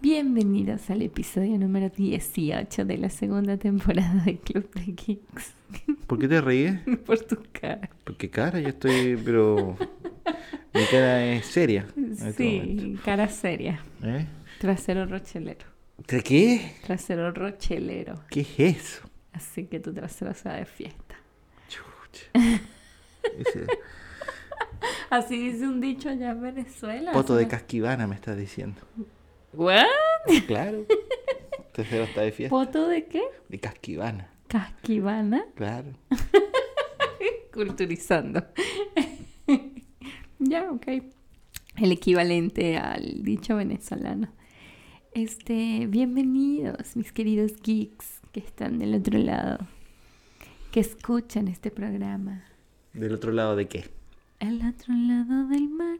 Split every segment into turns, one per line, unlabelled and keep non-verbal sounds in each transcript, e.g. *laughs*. Bienvenidos al episodio número 18 de la segunda temporada de Club de Geeks. *laughs*
¿Por qué te ríes?
Por tu cara.
Porque cara, yo estoy, pero mi cara es seria. en este momento.
Sí, cara seria.
¿Eh?
Trasero rochelero.
¿De qué?
Trasero rochelero.
¿Qué es eso?
Así que tu trasero sea de fiesta.
Chucha.
*laughs*
Ese
Así dice un dicho allá en Venezuela.
poto de
¿sabes?
casquivana me estás diciendo.
¿What?
Claro. Este cero está de fiesta.
¿Poto de qué?
De casquivana.
Casquivana.
Claro.
Culturizando. *laughs* ya, ok. El equivalente al dicho venezolano. Este, bienvenidos, mis queridos geeks que están del otro lado, que escuchan este programa.
¿Del otro lado de qué?
Al otro lado del mar.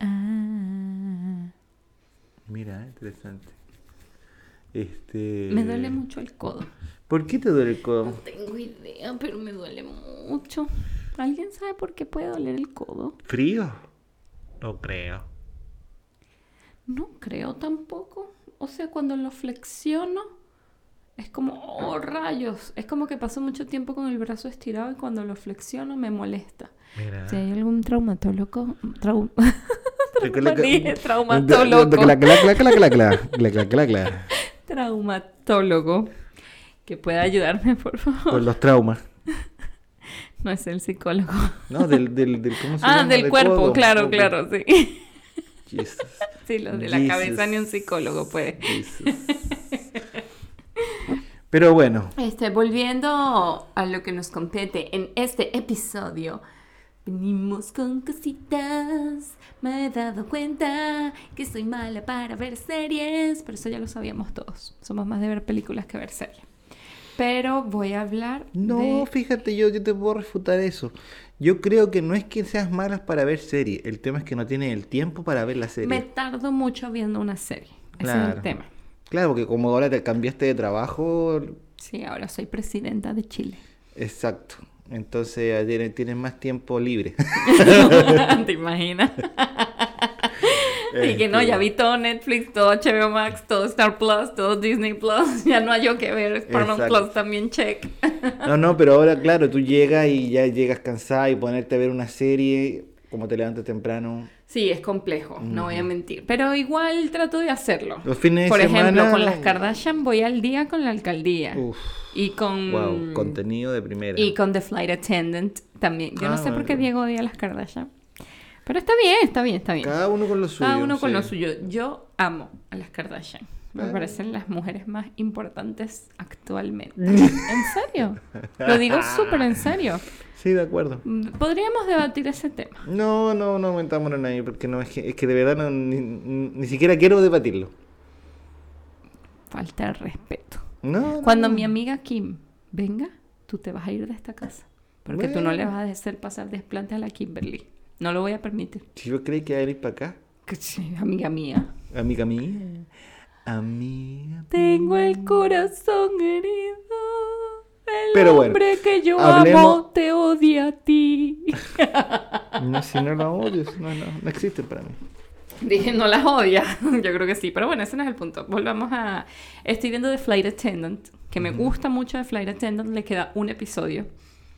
Ah.
Mira, eh, interesante. Este...
Me duele mucho el codo.
¿Por qué te duele el
No
codo?
tengo idea, pero me duele mucho. ¿Alguien sabe por qué puede doler el codo?
¿Frío? No creo.
No creo tampoco. O sea, cuando lo flexiono, es como, oh rayos. Es como que paso mucho tiempo con el brazo estirado y cuando lo flexiono me molesta.
Mira.
Si hay algún traumatólogo, trau- dije, traumatólogo. *laughs*
traumatólogo.
traumatólogo que pueda ayudarme, por favor.
Con los traumas.
No es el psicólogo.
No, del, del, del ¿cómo se
Ah,
llama?
del
Del
cuerpo,
codo.
claro,
Ok.
claro, sí.
Jesus.
Sí, los de la
Jesus.
cabeza ni un psicólogo puede.
Jesus. Pero bueno,
Este, volviendo a lo que nos compete en este episodio. Venimos con cositas. Me he dado cuenta que soy mala para ver series. Pero eso ya lo sabíamos todos. Somos más de ver películas que ver series. Pero voy a hablar
no,
de...
fíjate, yo, yo te puedo refutar eso. Yo creo que no es que seas malas para ver serie, el tema es que no tienes el tiempo para ver la serie.
Me tardo mucho viendo una serie. Ese es el
Claro.
tema.
Claro, porque como ahora te cambiaste de trabajo,
Sí, ahora soy presidenta de
*laughs*
Chile. *laughs*
exacto. Entonces tienes, tienes más tiempo libre.
¿Te imaginas? *laughs* *laughs* Y que no,
Este.
ya vi todo Netflix, todo HBO Max, todo Star Plus, todo Disney Plus. *laughs* Ya no hay yo que ver. Paramount
Exacto.
Plus también check.
No, no, pero ahora, claro, tú llegas y ya llegas cansada y ponerte a ver una serie, como te levantas temprano.
*laughs* Sí, es complejo, no voy a mentir. Pero igual trato de hacerlo.
Los fines de
Por ejemplo,
semana-
con las Kardashian voy al día con la alcaldía.
Uf,
Y con.
wow, contenido de primera.
Mm. Y con The Flight Attendant también. Yo no
Ah,
sé por
bueno.
qué Diego odia a las Kardashian. Pero está bien, está bien, está bien.
Cada uno con lo suyo.
Cada uno con
sí.
lo suyo. Yo amo a las Kardashian. Me
Ah.
parecen las mujeres más importantes
*laughs*
actualmente. ¿En serio? Lo digo súper en serio.
Sí, de acuerdo.
Mm, Podríamos debatir ese tema.
No, no, no aumentamos a nadie, porque no, es que, es que de verdad no- ni, ni- ni siquiera quiero debatirlo.
Falta de respeto.
No, no,
Cuando
no.
mi amiga Kim venga, tú te vas a ir de esta casa. Porque tú no le
Bueno.
vas a hacer pasar desplante a la Kimberly. No lo voy a permitir.
Si yo creí que iba a ir para acá,
Que sí, Amiga mía.
amiga mía, amiga.
Tengo el corazón herido. El
Pero bueno,
hombre que yo amo
hablemos-
te odia a ti.
No, si no la odio, si no, no, no existen para mí.
Dije, no las odia. *laughs* Yo creo que sí, pero bueno, ese no es el punto. Volvamos a... Estoy viendo The Flight Attendant, que me gusta mucho The Flight Attendant, le queda un episodio.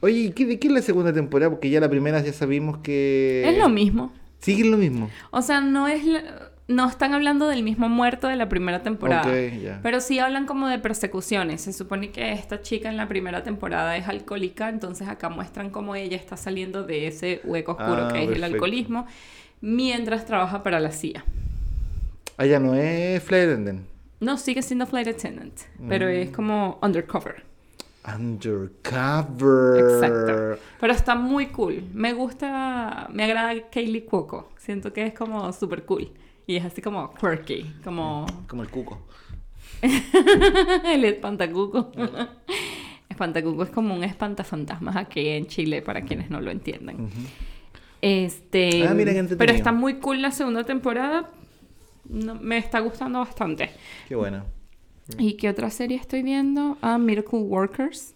Oye, ¿y qué, ¿de qué es la segunda temporada? Porque ya la primera ya sabimos que...
Es lo mismo.
Sigue lo mismo.
O sea, no es... la- No están hablando del mismo muerto de la primera temporada.
Ok, ya.
Pero sí hablan como de persecuciones. Se supone que esta chica en la primera temporada es alcohólica, entonces acá muestran cómo ella está saliendo de ese hueco oscuro
Ah,
que es el
perfecto.
alcoholismo mientras trabaja para la CIA.
Ah, ya no es Flarenden.
No, sigue siendo flight attendant, pero
Mm.
es como undercover.
Undercover.
Exacto. Pero está muy cool. Me gusta, me agrada Kaylee Cuoco. Siento que es como super cool. Y es así como quirky, como *laughs*
Como el cuco.
el espantacuco. espantacuco es como un espantafantasmas aquí en Chile, para quienes no lo entiendan. Este,
Mm. Ah, mira qué entretenido.
pero está muy cool la segunda temporada. No- me está gustando bastante.
Qué bueno. Mm.
¿Y qué otra serie estoy viendo? Ah, Miracle Workers.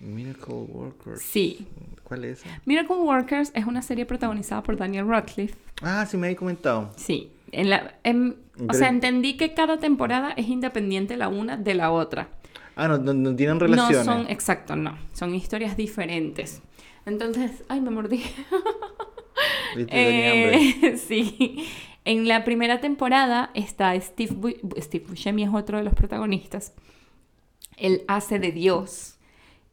Miracle Workers.
Sí,
¿Cuál es esa?
Miracle Workers es una serie protagonizada por Daniel Radcliffe.
Ah, sí, me habéis comentado.
Sí, en la, en- o
Pero-
sea, entendí que cada temporada es independiente la una de la otra.
Ah, no, no, no tienen relaciones.
No son, exacto, no. Son historias diferentes. Entonces, ay, me mordí. *laughs*
Viste, tenía hambre.
Eh, *laughs* sí. En la primera temporada está Steve, Bu- Steve Buscemi es otro de los protagonistas. Él hace de Dios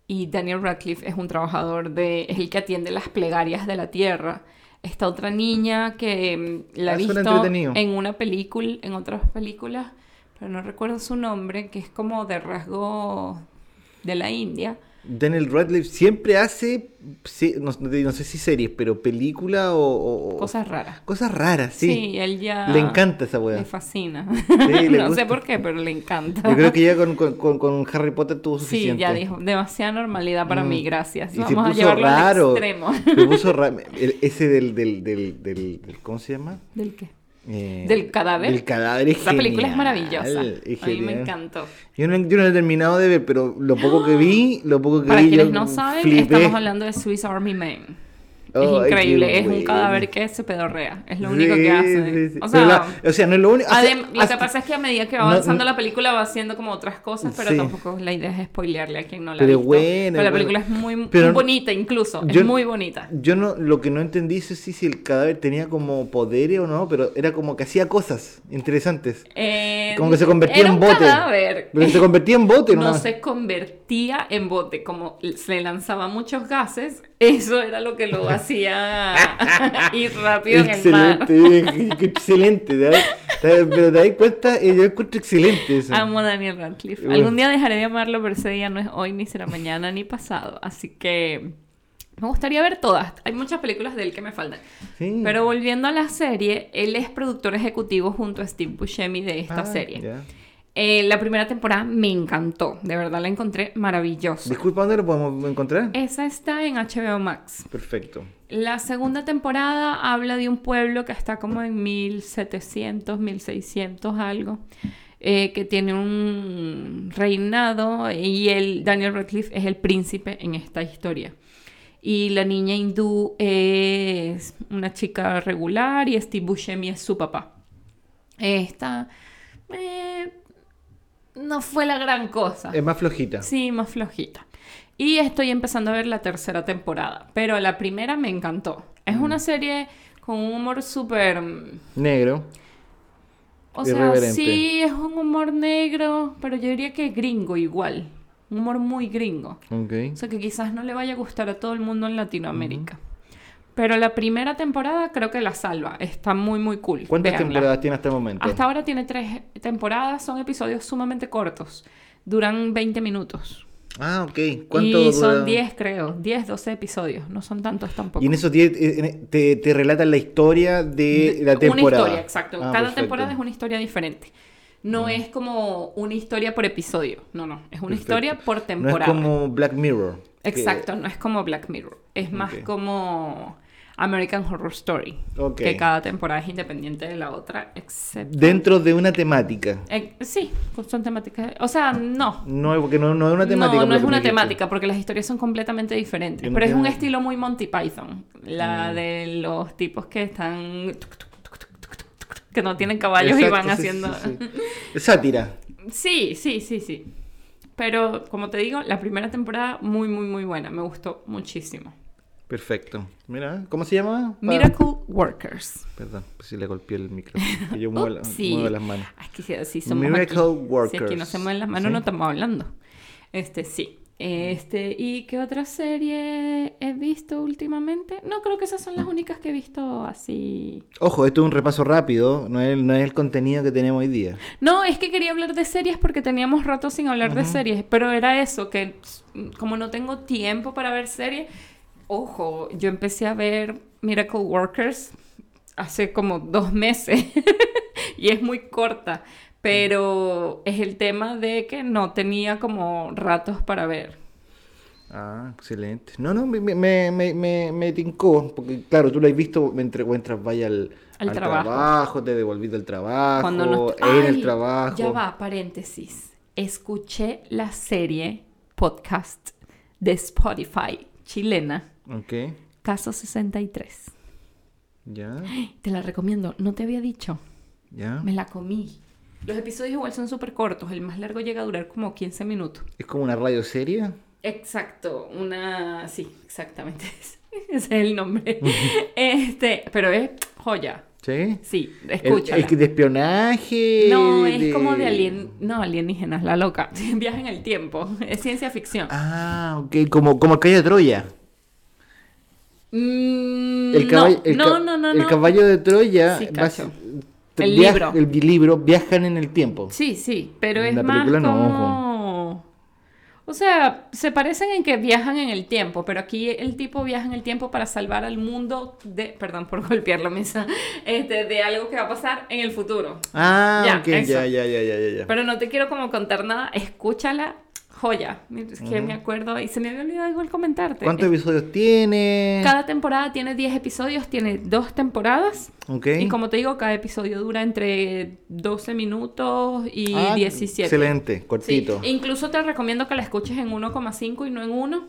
y Daniel Radcliffe es un trabajador de es el que atiende las plegarias de la Tierra. Está otra niña que mm, la
Ah,
he
suena
visto
entretenido.
en una película, en otras películas, pero no recuerdo su nombre, que es como de rasgo de la India.
Daniel Radcliffe siempre hace, se- no, no sé si series, pero película o... o- o-
Cosas raras.
cosas raras,
Sí,
sí.
él ya
Le encanta esa
Le
weá.
fascina.
le
*laughs* no
gusta.
sé por qué, pero le encanta.
Yo creo que ya con, con- con- con Harry Potter tuvo
Sí,
suficiente.
ya dijo, demasiada normalidad para
Mm.
mí, gracias.
Y se
Vamos a
puso
llevarlo
raro.
al extremo.
Se puso ra- el- ese del, del, del, del, del- ¿Cómo se llama?
*laughs* ¿Del qué?
Eh,
¿Del cadáver?
Del cadáver es
Esa película es
genial,
maravillosa.
es
a mí me
genial.
encantó.
Yo no, yo no he terminado de ver, pero lo poco que vi, lo poco que
Para
vi,
quienes
yo
no saben,
flipé.
estamos hablando de Swiss Army Man.
Ay,
es
qué
increíble, es un
bueno.
cadáver que se pedorrea. Es lo único
Sí,
que hace.
sí, sí.
O sea,
Pero la- o sea, no es lo único. o sea,
adem- lo que
hasta-
pasa es que a medida que va
no-
avanzando
no-
la película va haciendo como otras cosas, pero
Sí.
tampoco la idea es spoilearle a quien no la ha
Pero
visto.
bueno,
pero la
bueno.
película es muy, muy
Pero-
bonita, incluso.
yo-
es muy bonita.
Yo no, lo que no entendí es si, si el cadáver tenía como poderes o no, pero era como que hacía cosas interesantes.
Eh,
Como que se convertía
era
en
un
bote.
cadáver.
Pero se convertía en
*laughs*
bote,
no
¿no?
se convertía en bote, como se lanzaba muchos gases, eso era lo que
*laughs*
lo hacía *laughs* ir rápido en el mar.
Excelente, eh, qué excelente. ¿te das- te- Pero te das cuenta, eh, yo encuentro excelente eso.
Amo a Daniel Radcliffe.
Bueno.
Algún día dejaré de amarlo, pero ese día no es hoy, ni será mañana, ni pasado. Así que me gustaría ver todas. Hay muchas películas de él que me faltan.
Sí.
Pero volviendo a la serie, él es productor ejecutivo junto a Steve Buscemi de esta
Ah,
serie.
ya.
Eh, la primera temporada me encantó. De verdad la encontré maravillosa.
Disculpa, ¿dónde lo podemos encontrar?
Esa está en HBO Max.
Perfecto.
La segunda temporada habla de un pueblo que está como en 1700, 1600 algo, eh, que tiene un reinado y el Daniel Radcliffe es el príncipe en esta historia. Y la niña hindú es una chica regular y Steve Buscemi es su papá. Esta eh, no fue la gran cosa.
Es más flojita.
Sí, más flojita. Y estoy empezando a ver la tercera temporada, pero la primera me encantó. Es
Mm.
una serie con un humor súper... mm,
Negro.
O sea,
Irreverente.
sí, es un humor negro, pero yo diría que gringo igual. Un humor muy gringo.
Ok.
O sea, que quizás no le vaya a gustar a todo el mundo en Latinoamérica. Pero la primera temporada creo que la salva. Está muy, muy cool.
¿Cuántas
Véanla.
temporadas tiene hasta el momento?
Hasta ahora tiene tres temporadas, son episodios sumamente cortos. Duran 20 minutos
Ah, ok. ¿Cuánto
y
dura?
son 10, creo. 10, 12 episodios. No son tantos tampoco.
Y en esos 10 eh, en- te, te relatan la historia de la
Una
temporada.
historia, exacto.
Ah,
Cada
perfecto. Ah.
temporada es una historia diferente. No es como una historia por episodio. No, no. Es una
Perfecto.
historia por
No es
temporada.
como Black Mirror. que-
Exacto. No es como Black Mirror. Es más
Ok.
como American Horror Story.
Ok.
Que cada temporada es independiente de la otra, excepto...
Dentro de una temática.
Eh, sí, son temáticas... O sea, no.
No, porque no, no es una temática.
No,
por
no
lo
es
que me
una
dijiste.
temática, porque las historias son completamente diferentes.
Yo no Ah.
Pero es un
quiero-
estilo muy Monty Python. La de los tipos que están. que no tienen caballos y
Exacto,
van
sí,
haciendo.
sí, sí, sí. Sátira.
Sí, sí, sí, sí. Pero como te digo, la primera temporada muy, muy, muy buena. Me gustó muchísimo.
Perfecto. Mira, ¿cómo se llama? Pa-
Miracle Workers.
Perdón, pues si le golpeé el micrófono. que Yo
*laughs*
muevo, la-
Upsi.
muevo las manos.
Ay, que si así somos
Miracle
aquí. Si aquí
Workers.
no se mueven las manos,
Sí.
no estamos hablando. Este, sí. Este, ¿y qué otra serie he visto últimamente? No, creo que esas son las únicas que he visto así.
Ojo, esto es un repaso rápido. No es, no es el contenido que tenemos hoy día.
No, es que quería hablar de series porque teníamos rato sin hablar de series, pero era eso, que mm, como no tengo tiempo para ver series, ojo, yo empecé a ver Miracle Workers hace como dos meses *laughs* y es muy corta, pero es el tema de que no tenía como ratos para ver.
Ah, excelente. No, no, me, me, me, me- me, me tincó, porque claro, tú lo has visto mientras, mientras vaya al,
Al trabajo.
te devolví del trabajo,
Cuando no
en el
¡Ay!
trabajo.
Ya va, paréntesis. Escuché la serie podcast de Spotify chilena,
Ok,
Caso 63.
ya.
Te la recomiendo, no te había dicho.
¿ya?
Me la comí. Los episodios igual son súper cortos. El más largo llega a durar como 15 minutos.
Es como una radio serie.
Exacto, una... Sí, exactamente. *laughs* Ese es el nombre. este, pero es joya.
¿Sí?
Sí,
El-
escúchala.
el de espionaje.
No, es como de alien... No, alienígenas, la loca. *laughs* Viaja en el tiempo. Es ciencia ficción.
Ah, ok, como, como el caballo de Troya.
Mm,
El caballo,
no,
el
no,
ca-
no, no,
el
no.
caballo de Troya.
Sí,
va a
cacho.
ser-
El
viaj-
libro.
El libro viajan en el tiempo.
Sí, sí, pero
En
es
la
más
película no, ojo.
como... O sea, se parecen en que viajan en el tiempo, pero aquí el tipo viaja en el tiempo para salvar al mundo de... Perdón por golpear la mesa. *laughs* Este, de algo que va a pasar en el futuro.
Ah,
Ya,
ok,
eso.
ya, ya, ya, ya, ya, ya.
Pero no te quiero como contar nada. Escúchala. Joya. Es que me acuerdo y se me había olvidado igual comentarte.
¿Cuántos episodios tiene?
eh, Cada temporada tiene 10 episodios, tiene dos temporadas.
Ok.
Y como te digo, cada episodio dura entre 12 minutos y
Ah,
17.
Excelente,
Sí,
cortito.
Incluso te recomiendo que la escuches en 1,5 y no en 1,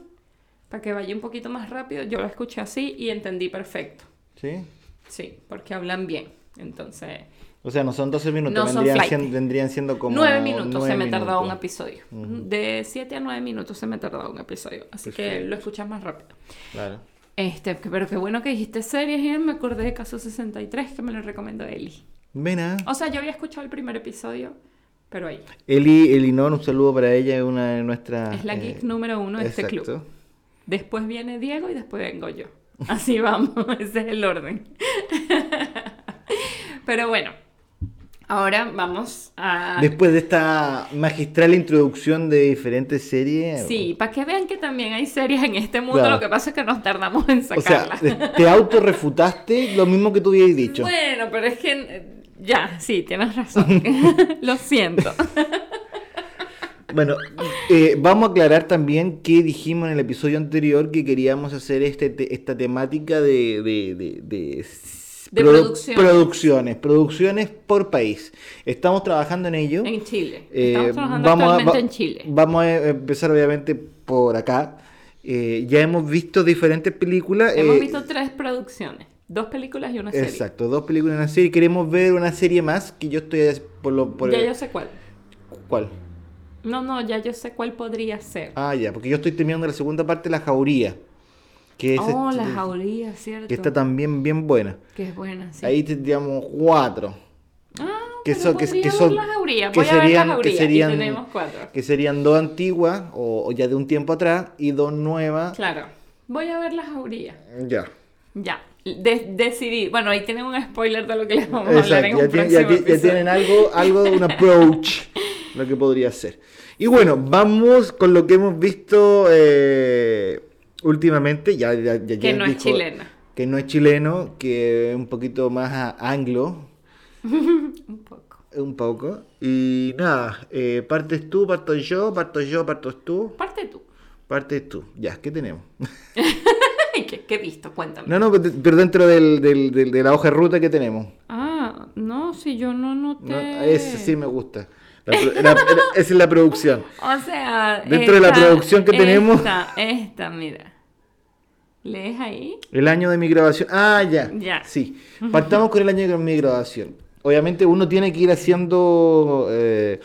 para que vaya un poquito más rápido. Yo la escuché así y entendí perfecto.
Sí.
Sí, porque hablan bien. Entonces,
O sea, no son 12 minutos,
No son
vendrían,
flight.
siendo, vendrían siendo como.
9 minutos se
nueve
me tardaba un
minutos.
episodio. De 7 a 9 minutos se me tardaba un episodio. Así que
Perfecto.
lo escuchas más rápido.
Claro.
Este, que- pero qué bueno que dijiste series, ¿eh? me acordé de Caso 63 que me lo recomendó Eli.
Ven ¿ah? a-
O sea, yo había escuchado el primer episodio, pero ahí.
Eli, Eli Noor, un saludo para ella, es una de nuestras.
Es la
eh,
geek número uno de este
exacto.
club. Después viene Diego y después vengo yo. Así vamos, *laughs* ese es el orden. *laughs* Pero bueno, ahora vamos a...
Después de esta magistral introducción de diferentes series.
Sí, para que vean que también hay series en este mundo,
Claro.
lo que pasa es que nos tardamos en
O sea,
sacarlas.
te autorrefutaste lo mismo que tú habías dicho.
bueno, pero es que... eh, Ya, sí, tienes
*laughs*
razón. *laughs* lo siento.
Bueno, eh, vamos a aclarar también que dijimos en el episodio anterior que queríamos hacer este te- esta temática de, de, de- de s-
De
produ-
producciones.
producciones, producciones por país. Estamos trabajando en ello.
En Chile.
Eh,
Estamos trabajando
a-
actualmente
va-
en Chile.
Vamos a empezar obviamente por acá. Eh, ya hemos visto diferentes películas.
Hemos
eh,
visto tres producciones, dos películas y una serie.
Exacto, dos películas en una serie. Queremos ver una serie más que yo estoy as- por lo por
ya
el-
yo sé cuál.
¿Cuál?
No, no, ya yo sé cuál podría ser.
Ah, ya, porque yo estoy terminando la segunda parte, La Jauría. Que es
oh,
este-
la jauría, ¿cierto?
que está también bien buena.
Que es buena, sí.
Ahí tendríamos cuatro.
Ah,
que
pero
son- que-
podría
que
ver
son-
la jauría.
que
Voy a ver
serían-
la
que
jauría
serían-
y tenemos cuatro.
Que serían dos antiguas, o, o ya de un tiempo atrás, y dos nuevas.
Claro. Voy a ver la jauría.
Ya.
Ya. De- decidí. Bueno, ahí tienen un spoiler de lo que les vamos a hablar en
Exacto,
un
ya, tiene-
próximo
ya ti- ya
episodio.
tienen algo, algo de un approach, lo que podría ser. Y bueno, vamos con lo que hemos visto eh, últimamente. Ya, ya- ya-
Que
ya
no es
dijo
chilena.
Que no es chileno, que es un poquito más a- anglo,
Un poco.
un poco. Y nada, eh, partes tú, parto yo, parto yo, partos tú,
Parte tú. *laughs*
partes tú. Ya, ¿qué tenemos?
¿Qué, qué he visto? Cuéntame.
No, no, pero dentro del- del- del- de la hoja de ruta que tenemos.
Ah, no, si yo no noté.
No, ese sí me gusta. La pro- la- *laughs* la- esa es la producción.
O sea.
Dentro de la producción que tenemos.
Esta, esta, mira. ¿Lees ahí?
El año de mi graduación. Ah, ya.
Ya.
Sí. Partamos con el año de mi graduación. Obviamente uno tiene que ir haciendo eh,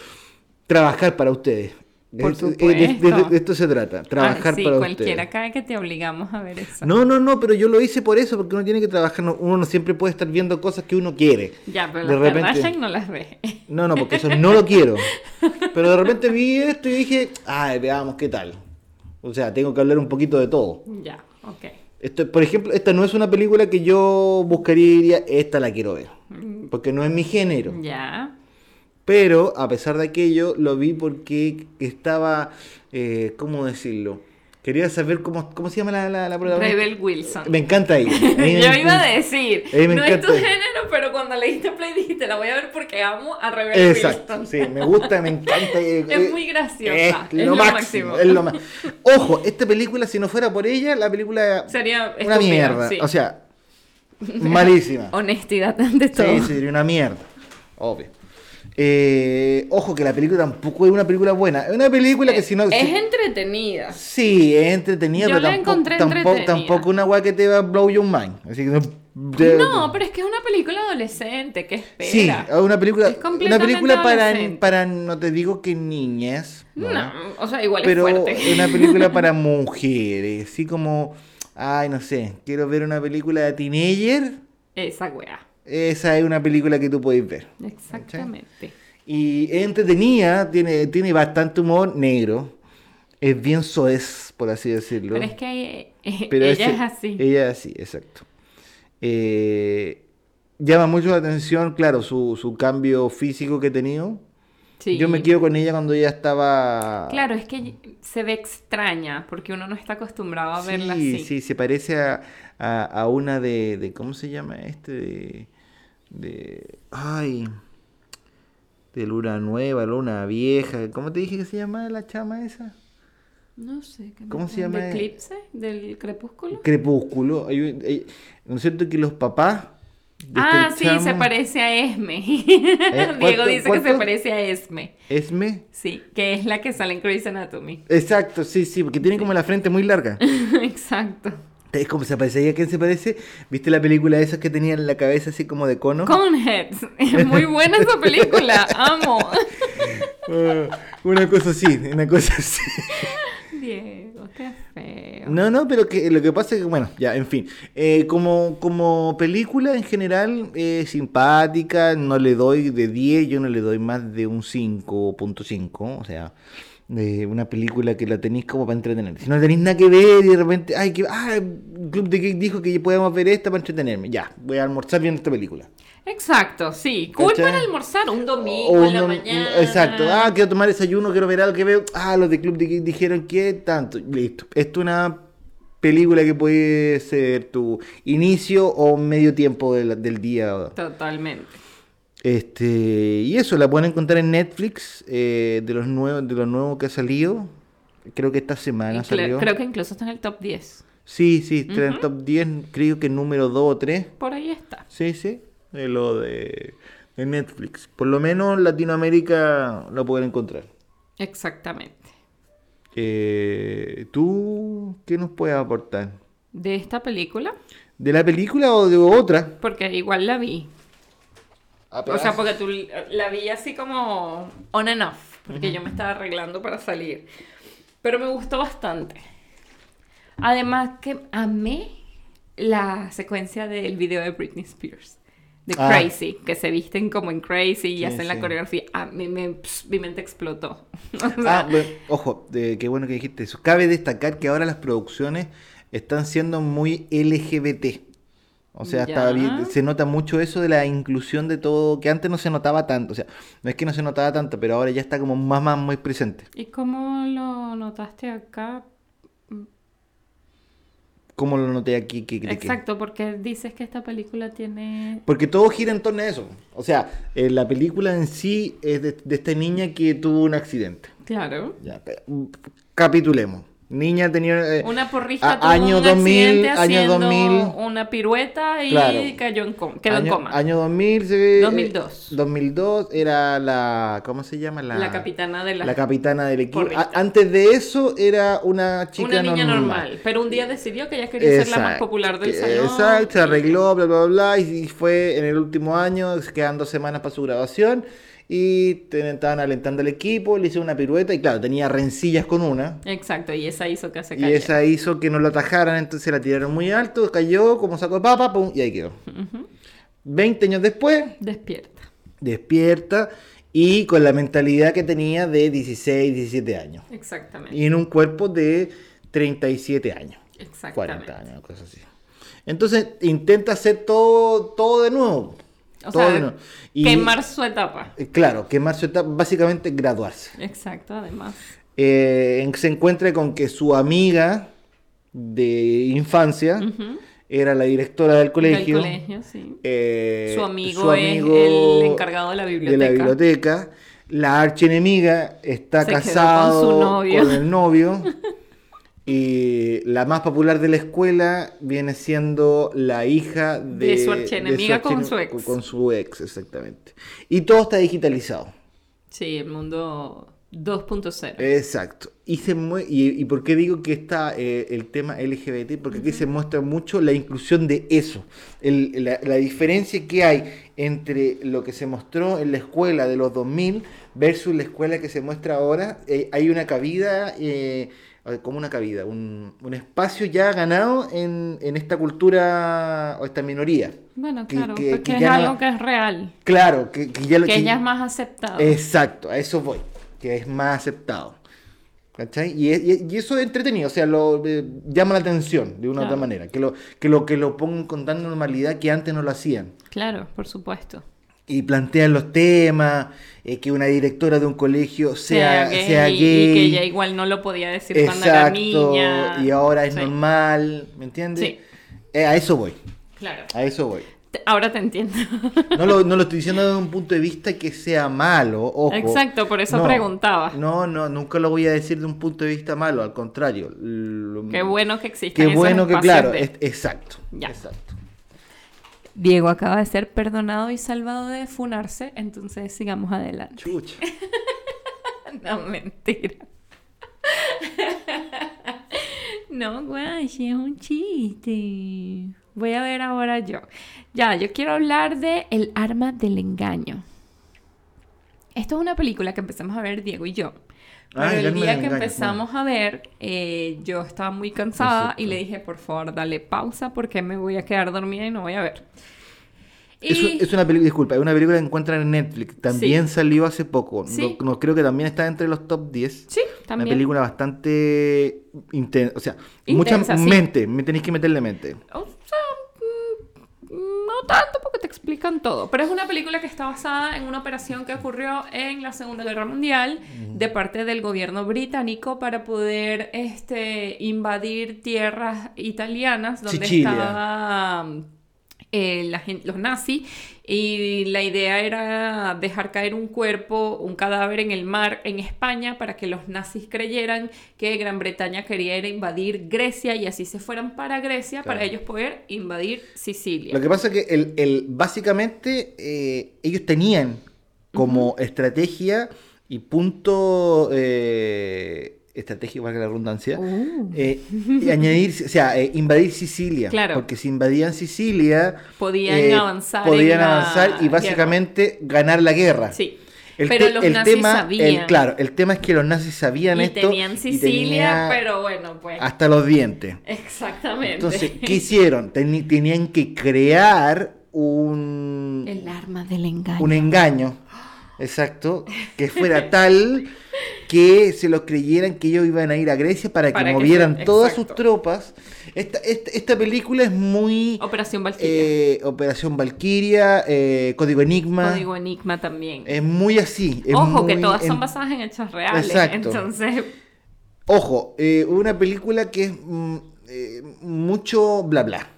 trabajar para ustedes.
Por
Esto- eh, de- de- De,
supuesto.
de esto se trata, trabajar
Ah, sí,
para
cualquiera
ustedes.
cae que te obligamos a ver eso.
No, no, no, pero yo lo hice por eso, porque uno tiene que trabajar, no- uno no siempre puede estar viendo cosas que uno quiere.
Ya, pero
De
las
repente-
Kardashian no las ves.
No, no, porque eso no lo quiero. Pero de repente vi esto y dije, ay, veamos qué tal. O sea, tengo que hablar un poquito de todo.
*laughs* ya, ok.
Esto, por ejemplo, esta no es una película que yo buscaría y diría, esta la quiero ver.
Mm.
Porque no es mi género.
Ya.
Pero, a pesar de aquello, lo vi porque estaba, eh, ¿cómo decirlo? Quería saber cómo, cómo se llama la, la, la protagonista.
Rebel Wilson. *laughs*
Me encanta ella. A mí me
Yo iba
encanta.
a decir,
A mí me
no es tu
encanta.
género, pero cuando le diste play dijiste, la voy a ver porque amo a Rebel
Exacto,
Wilson.
sí, me gusta, me encanta. eh,
Es
eh,
muy graciosa, es lo máximo.
es lo ma- Ojo, esta película, si no fuera por ella, la película
Sería
una
estúpida,
mierda.
sí.
O sea,
*laughs*
malísima.
Honestidad ante todo.
Sí, sería una mierda. Obvio. Eh, ojo que la película tampoco es una película buena. Es una película que si no.
Eh, Es
si-
entretenida.
sí, es entretenida,
Yo
pero
la
tampoco,
encontré
tampoco,
entretenida.
tampoco una weá que te va a blow your mind. Así que no- de-
No, pero es que es una película adolescente, que
Sí,
espera?
una película,
Es
una
completamente
película para,
adolescente.
para, no te digo que niñas,
No,
no,
o sea, igual
pero
es fuerte.
una película para mujeres, así como, ay, no sé, quiero ver una película de teenager,
*laughs* Esa weá.
esa es una película que tú podéis ver.
Exactamente.
Y es entretenida, tiene, tiene bastante humor negro, es bien soez, por así decirlo.
Pero es que eh,
Pero
ella
ese-
es así.
Ella es así, exacto. Eh, llama mucho la atención, claro, su, su cambio físico que he tenido.
Sí.
eh, Yo me quedo con ella cuando ella estaba...
Claro, es que se ve extraña porque uno no está acostumbrado a verla
sí,
así.
sí, se parece a, a- a una de, de- ¿Cómo se llama este? De... de- ay. De Luna Nueva, Luna Vieja. ¿Cómo te dije que se llama la chama esa?
No sé. ¿qué me
¿Cómo se
pasa?
llama?
¿De eclipse? ¿Del crepúsculo?
Crepúsculo. Hay un- hay- ¿No es cierto que los papás... de
Ah,
este
sí, se
chamo- Eh,
parece a Esme. *laughs* Diego
¿cuánto-
dice que se
cuánto?
parece a Esme.
Esme.
Sí, que es la que sale en Grey's Anatomy. *laughs*
Exacto, sí, sí, porque tiene como la frente muy larga.
Exacto.
Es como se parecería a quién se parece. ¿Viste la película esa que tenía en la cabeza así como de cono?
Coneheads. Es muy buena esa
*laughs*
película. Amo.
Eh, una cosa así, una cosa así.
Diego, qué feo.
No, no, pero que lo que pasa es que, bueno, ya, en fin. Eh, como, como película en general, eh, simpática, no le doy de 10, yo no le doy más de un 5.5. O sea, de una película que la tenéis como para entretener. Si no tenéis nada que ver y de repente, ay, que, ah, el Club de Geek dijo que podíamos ver esta para entretenerme. Ya, voy a almorzar viendo esta película.
Exacto, sí. Cool
¿Cachai?
para almorzar un domingo
O
en la
no-
mañana.
Exacto. Ah, quiero tomar desayuno, quiero ver algo que veo. Ah, los de Club de Geek dijeron que tanto. Listo. Esto es una película que puede ser tu inicio o medio tiempo del, del día.
Totalmente.
Este, y eso, la pueden encontrar en Netflix, eh, de los nuevos, de lo nuevo que ha salido. Creo que esta semana
Inclu-
salió.
Creo que incluso está en el top 10.
Sí, sí, está en el top 10, creo que número 2 o 3.
Por ahí está.
Sí, sí, de lo de, de Netflix. Por lo menos en Latinoamérica lo pueden encontrar.
Exactamente.
Eh, ¿Tú qué nos puedes aportar?
De esta película,
¿De la película o de otra?
porque igual la vi. O sea, porque tú la vi así como on and off, porque yo me estaba arreglando para salir. Pero me gustó bastante. Además que amé la secuencia del video de Britney Spears, de
Ah.
Crazy, que se visten como en Crazy y
Sí,
hacen la
sí.
coreografía. A mí me- pss, mi mente explotó. *laughs* O sea,
Ah, bueno, ojo, de- qué bueno que dijiste eso. Cabe destacar que ahora las producciones están siendo muy LGBT. O sea,
Ya.
está bien- se nota mucho eso de la inclusión de todo, que antes no se notaba tanto. O sea, no es que no se notaba tanto, pero ahora ya está como más, más muy presente.
¿Y cómo lo notaste acá?
Como lo noté aquí. Que, de que-
Exacto, porque dices que esta película tiene...
Porque todo gira en torno a eso. O sea, eh, la película en sí es de- de esta niña que tuvo un accidente.
Claro.
Ya, pe- mm, capitulemos. Niña tenía. eh,
Una porrista
a-
tuvo
año
un
2000,
accidente
año
haciendo
2000.
una pirueta y
Claro.
cayó en coma, quedó en
año,
coma.
Año 2000 se ve. eh,
2002.
2002 era la. ¿Cómo se llama? La,
la, capitana de la,
la capitana del equipo.
Correcto.
A- antes de eso era una chica
una niña normal. pero un día decidió que ella quería ser la más
Exacto,
popular del
que-
salón.
Exacto, se
y-
arregló, bla, bla, bla, y y fue en el último año, se quedan dos semanas para su graduación, y te- estaban alentando al equipo, le hizo una pirueta, y claro, tenía rencillas con una,
Exacto, y esa hizo que se
Y
cayera.
esa hizo que no lo atajaran, entonces la tiraron muy alto, cayó como saco de papa, pum, y ahí quedó. 20 años después,
Despierta.
despierta y con la mentalidad que tenía de 16, 17 años.
Exactamente.
Y en un cuerpo de 37 años,
Exactamente.
40 años, cosas así. Entonces intenta hacer todo, todo de nuevo.
O
todo
sea,
de nuevo. Y-
Quemar su etapa.
eh, Claro, quemar su etapa, básicamente graduarse.
Exacto, además.
Eh, en- se encuentra con que su amiga de infancia
Ujú.
era la directora del
Del
colegio.
colegio, sí.
eh,
su, amigo
su amigo
es el encargado de la
de
biblioteca.
la biblioteca. La archienemiga está
Se quedó con su
casado
novio. *laughs*
con el novio. y la más popular de la escuela viene siendo la hija de,
De su archienemiga con su
archiene-
ex.
Con su ex, exactamente. Y todo está digitalizado.
Sí, el mundo 2.0.
Eh, Exacto. Y, se mue- y, y por qué digo que está eh, el tema LGBT? Porque aquí se muestra mucho la inclusión de eso, El- la, la diferencia que hay entre lo que se mostró en la escuela de los 2000 versus la escuela que se muestra ahora. Eh, hay una cabida, eh, a ver, como una cabida, un, un espacio ya ganado en, en esta cultura o esta minoría.
Bueno,
Que-
claro,
que-
porque
que
es
ya no-
algo que es real,
Claro, que, que ya lo
que
que-
ya es más aceptado.
Exacto, a eso voy, que es más aceptado. ¿Cachai? Y, es- y- y eso es entretenido, o sea, lo, eh, llama la atención de una u otra
Claro.
manera, que lo, que lo que lo pongan con tan normalidad que antes no lo hacían.
Claro, por supuesto.
Y plantean los temas, eh, que una directora de un colegio sea, sea gay.
y, y que ella igual no lo podía decir cuando era
Exacto,
niña.
y ahora es
Sí,
normal, ¿me entiendes?
Sí.
Eh, a eso voy,
Claro,
a eso voy.
Te- ahora te entiendo. *laughs*
No lo, no lo estoy diciendo desde un punto de vista que sea malo, ojo.
Exacto, por eso preguntaba.
No, no, nunca lo voy a decir de un punto de vista malo, al contrario. lo-
Qué bueno que existen
Qué
esos
bueno que,
espacios
claro,
de-
es- exacto.
Ya.
Exacto.
Diego acaba de ser perdonado y salvado de funarse, entonces sigamos adelante.
Chucha.
*laughs* No, mentira. No, guay, es un chiste. Voy a ver ahora yo. Ya, yo quiero hablar de El arma del engaño. Esto es una película que empezamos a ver Diego y yo. Pero
Ah, El
el
arma
día
del
que
engaño,
empezamos a ver, eh, yo estaba muy cansada y
Exacto.
le dije, por favor, dale pausa porque me voy a quedar dormida y no voy a ver.
Es,
Y-
un- es una película, disculpa, es una película que encuentran en Netflix. También salió hace poco.
Sí.
No, no, creo que también está entre los top 10.
Sí,
Una
también.
película bastante intensa. O sea,
Intensa,
mucha
sí.
mente. Me tenéis que meterle mente.
O sea, mm, no tanto porque te explican todo, pero es una película que está basada en una operación que ocurrió en la Segunda Guerra Mundial de parte del gobierno británico para poder este, invadir tierras italianas donde
Sicilia.
estaba mm, eh, la gen- los nazis y la idea era dejar caer un cuerpo, un cadáver en el mar en España para que los nazis creyeran que Gran Bretaña quería era invadir Grecia y así se fueran para Grecia para
Claro.
ellos poder invadir Sicilia.
Lo que pasa es que el, el- básicamente eh, ellos tenían como estrategia y punto eh, estratégico, valga la redundancia,
Uh.
eh, y añadir, o sea, eh, invadir Sicilia.
Claro.
Porque si invadían Sicilia, eh,
Podían avanzar en
Podían
la
avanzar y
guerra.
básicamente ganar la guerra.
Sí.
El
pero
te-
los
el
nazis
tema,
sabían.
El, claro, el tema es que los nazis sabían
y
esto.
tenían
y
Sicilia,
tenía
pero bueno, pues.
Hasta los dientes.
Exactamente. *laughs*
Entonces, ¿qué hicieron? Teni- tenían que crear un,
El arma del engaño.
un engaño, exacto,
*laughs*
que fuera tal que se los creyeran que ellos iban a ir a Grecia para que
Para que
movieran
se-
todas
exacto.
sus tropas. Esta, esta, esta película es muy...
Operación Valkyria.
eh, Operación Valkyria, eh, Código Enigma.
Código Enigma también.
Es muy así. es
Ojo, que
muy
todas son
en-
basadas en hechos reales.
Exacto.
Entonces,
Ojo, eh, una película que es mm, eh, mucho bla bla.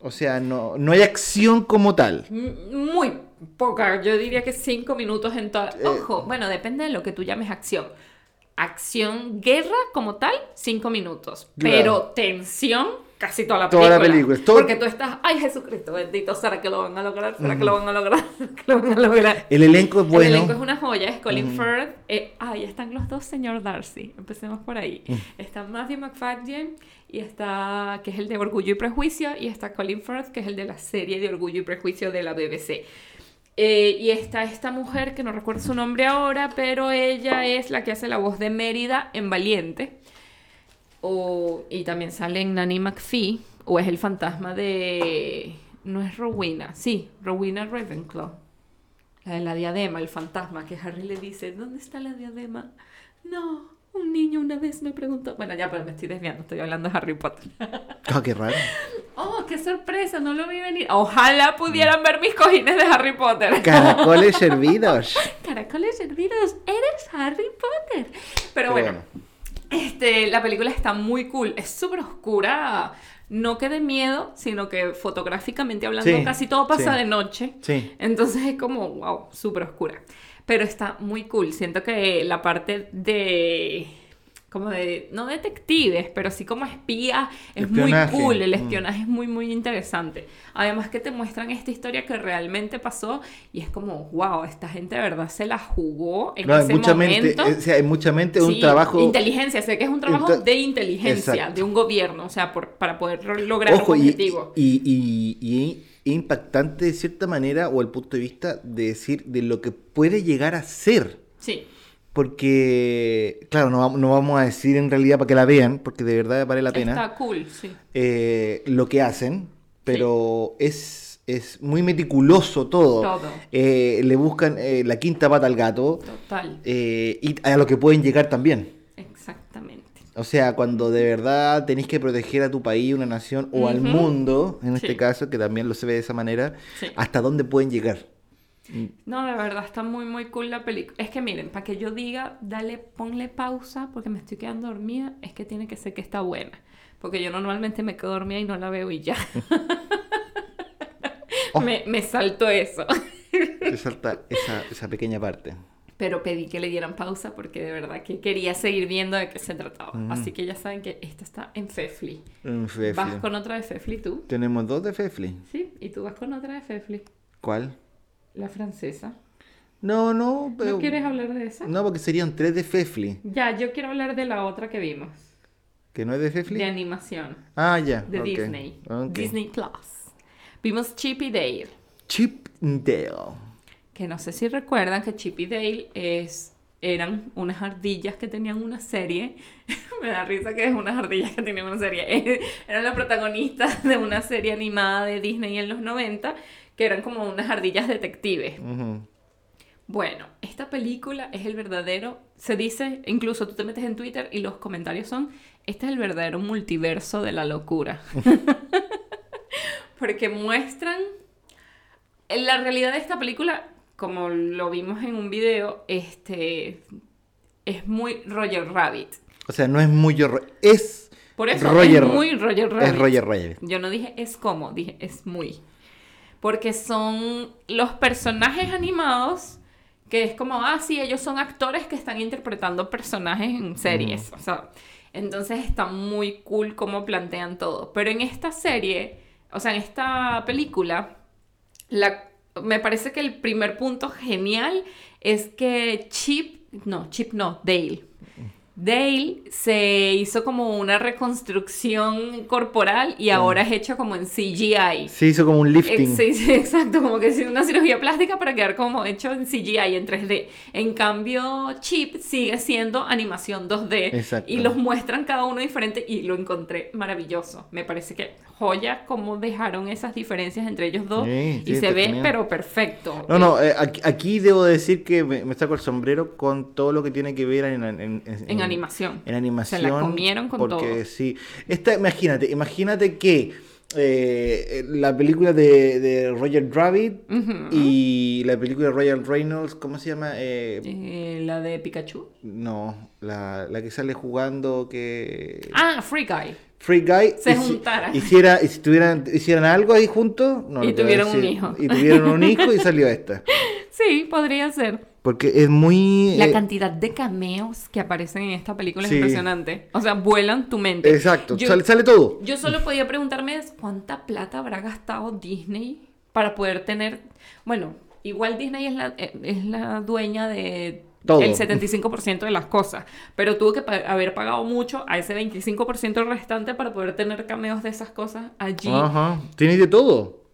O sea, no, no hay acción como tal.
m- muy poca. Yo diría que cinco minutos en toda.
Eh.
Ojo, bueno, depende de lo que tú llames acción. Acción, guerra como tal, cinco minutos.
Claro.
Pero tensión, casi toda la película.
Toda la película, todo-
Porque tú estás, ay Jesucristo, bendito, será que lo van a lograr, será que lo van a lograr, *laughs* será que lo van a lograr.
El elenco es bueno.
El elenco es una joya, es Colin Firth. eh, ahí están los dos, señor Darcy. Empecemos por ahí.
Mm.
Está Matthew McFadden, y está, que es el de Orgullo y Prejuicio, y está Colin Firth, que es el de la serie de Orgullo y Prejuicio de la BBC. Eh, y está esta mujer, que no recuerdo su nombre ahora, pero ella es la que hace la voz de Mérida en Valiente. O- y también sale en Nanny McPhee, o es el fantasma de... No es Rowena, sí, Rowena Ravenclaw. La de la diadema, el fantasma, que Harry le dice, ¿dónde está la diadema? No, un niño una vez me preguntó. Bueno, ya, pero me estoy desviando, estoy hablando de Harry Potter. *laughs*
Ah, qué raro.
Oh, qué sorpresa, no lo vi venir. Ojalá pudieran ver mis cojines de Harry Potter.
Caracoles servidos.
*laughs* Caracoles servidos, eres Harry Potter. Pero
Pero
bueno, este, la película está muy cool, es súper oscura, no que de miedo, sino que fotográficamente hablando
Sí,
casi todo pasa
sí.
de noche.
Sí.
Entonces es como, wow, súper oscura. Pero está muy cool. Siento que la parte de, como de, no detectives, pero sí como espías, es
Espionaje.
muy cool, el
Mm.
espionaje es muy, muy interesante. Además que te muestran esta historia que realmente pasó y es como, wow, esta gente de verdad se la jugó en
No, hay
ese
mucha mente,
momento.
eh, o sea, hay mucha mente, es
Sí,
un trabajo...
Inteligencia, sé que es un trabajo
Enta-
de inteligencia,
Exacto.
de un gobierno, o sea, por- para poder ro- lograr
Ojo,
un
y,
objetivo.
y- y- y impactante de cierta manera, o el punto de vista de decir de lo que puede llegar a ser.
Sí,
Porque, claro, no, vam- no vamos a decir en realidad para que la vean, porque de verdad vale la pena
está cool, sí.
eh, lo que hacen, pero es, es muy meticuloso todo.
Todo.
Eh, le buscan eh, la quinta pata al gato
Total,
eh, y a lo que pueden llegar también.
exactamente.
O sea, cuando de verdad tenéis que proteger a tu país, una nación o al
Ujú.
mundo, en
Sí.
este caso, que también lo se ve de esa manera,
Sí.
hasta dónde pueden llegar.
No, de verdad está muy muy cool la película. Es que miren, para que yo diga, dale, ponle pausa porque me estoy quedando dormida, es que tiene que ser que está buena, porque yo normalmente me quedo dormida y no la veo y
*laughs*
ya. *laughs*
Oh.
Me, me salto eso.
Te salta esa, esa pequeña parte.
Pero pedí que le dieran pausa porque de verdad que quería seguir viendo de qué se trataba.
Mm.
Así que ya saben que esta está en Fefli.
Mm, Fefli.
Vas con otra de Fefli tú.
Tenemos dos de Fefli.
Sí, y tú vas con otra de Fefli,
¿Cuál?
la francesa.
No, no, pero.
¿No quieres hablar de esa?
No, porque serían tres de Fefli.
Ya, yo quiero hablar de la otra que vimos.
¿Que no es de Fefli?
de animación
Ah, ya.
de
ok,
Disney.
ok.
Disney Plus. Vimos Chip y Dale,
Chip Dale.
que no sé si recuerdan que Chip y Dale es, eran unas ardillas que tenían una serie. *laughs* Me da risa que es unas ardillas que tenían una serie. *laughs* eran los protagonistas de una serie animada de Disney en los 90, que eran como unas ardillas detectives.
Ujú.
Bueno, esta película es el verdadero, se dice, incluso tú te metes en Twitter y los comentarios son, este es el verdadero multiverso de la
*laughs*
locura. Porque muestran, en la realidad de esta película, como lo vimos en un video, este, es muy Roger Rabbit.
O sea, no es muy. horror- Es.
Por eso
Roger-
es muy Roger Rabbit.
Es Roger Rabbit.
Yo no dije es como, dije es muy. Porque son los personajes animados que es como, ah, sí, ellos son actores que están interpretando personajes en series. O sea, entonces está muy cool cómo plantean todo. Pero en esta serie, o sea, en esta película, la, me parece que el primer punto genial es que Chip, no, Chip no, Dale. Dale se hizo como una reconstrucción corporal y ahora es hecho como en CGI.
Se hizo como un lifting.
Ex- Eh, sí, *laughs* sí, exacto, como que sí, una cirugía plástica para quedar como hecho en CGI, en 3D. En cambio, Chip sigue siendo animación 2D
Exacto.
y los muestran cada uno diferente y lo encontré maravilloso. Me parece que joya cómo dejaron esas diferencias entre ellos dos
Sí,
y
sí,
se ve
entretenido.
pero perfecto.
No, no, eh, aquí, aquí debo decir que me, me saco el sombrero con todo lo que tiene que ver en, en- en-
En animación.
En animación.
Se la comieron con
porque
todo.
sí. Esta, imagínate, imagínate que eh, eh, la película de, de Roger Rabbit
Ujú.
y la película de Ryan Reynolds, ¿cómo se llama? Eh,
Eh, la de Pikachu.
No, la, la que sale jugando que...
Ah, Free Guy.
Free Guy
Se
hici-
juntaran.
Hiciera, y si tuvieran, hicieran algo ahí juntos, no
Y
lo puedo
tuvieran un hijo.
Y tuvieron un hijo y salió esta.
Sí, podría ser.
Porque es muy...
La
eh,
cantidad de cameos que aparecen en esta película
Sí.
es impresionante. O sea, vuelan tu mente.
Exacto,
Yo-
sale, sale todo.
Yo solo podía preguntarme es, cuánta plata habrá gastado Disney para poder tener, bueno, igual Disney es la, eh, es la dueña de
Todo.
el 75% de las cosas, pero tuvo que pa- haber pagado mucho a ese 25% restante para poder tener cameos de esas cosas allí.
Ajá, tienes de todo.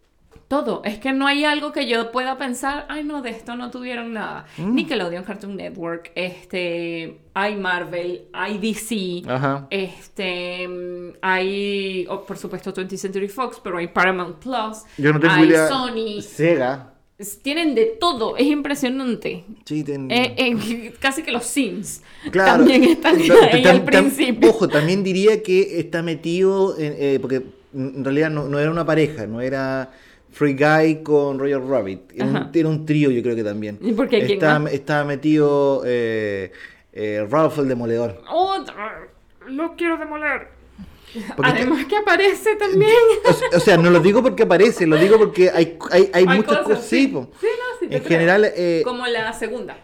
Todo, es que no hay algo que yo pueda pensar, ay no, de esto no tuvieron nada.
Mm.
Nickelodeon, Cartoon Network, este, hay Marvel, hay DC,
Ajá.
este, mm, hay, oh, por supuesto, 20th Century Fox, pero hay Paramount Plus,
Yo no tengo
hay
idea.
Sony,
Sega.
S- tienen de todo, es impresionante.
Sí, ten-
Eh, eh, *laughs* casi que los Sims
Mm. Claro.
también están
Tam-
ahí
tam-
al
tam-
principio.
ojo, también diría que está metido en, eh, porque en realidad no, no era una pareja, no era Free Guy con Roger Rabbit. Era
Ajá.
un, era un trío, yo creo que también.
¿Y por qué? ¿Quién
Está-
más?
Estaba metido eh, eh, Ralph el Demoledor.
Otra, lo quiero demoler.
Porque-
Además que aparece también.
O, se- o sea, no lo digo porque aparece, lo digo porque hay, hay, hay, muchas cosas. sí,
sí.
po.
Sí, no, sí, te
en
creo.
general, eh,
Como la segunda.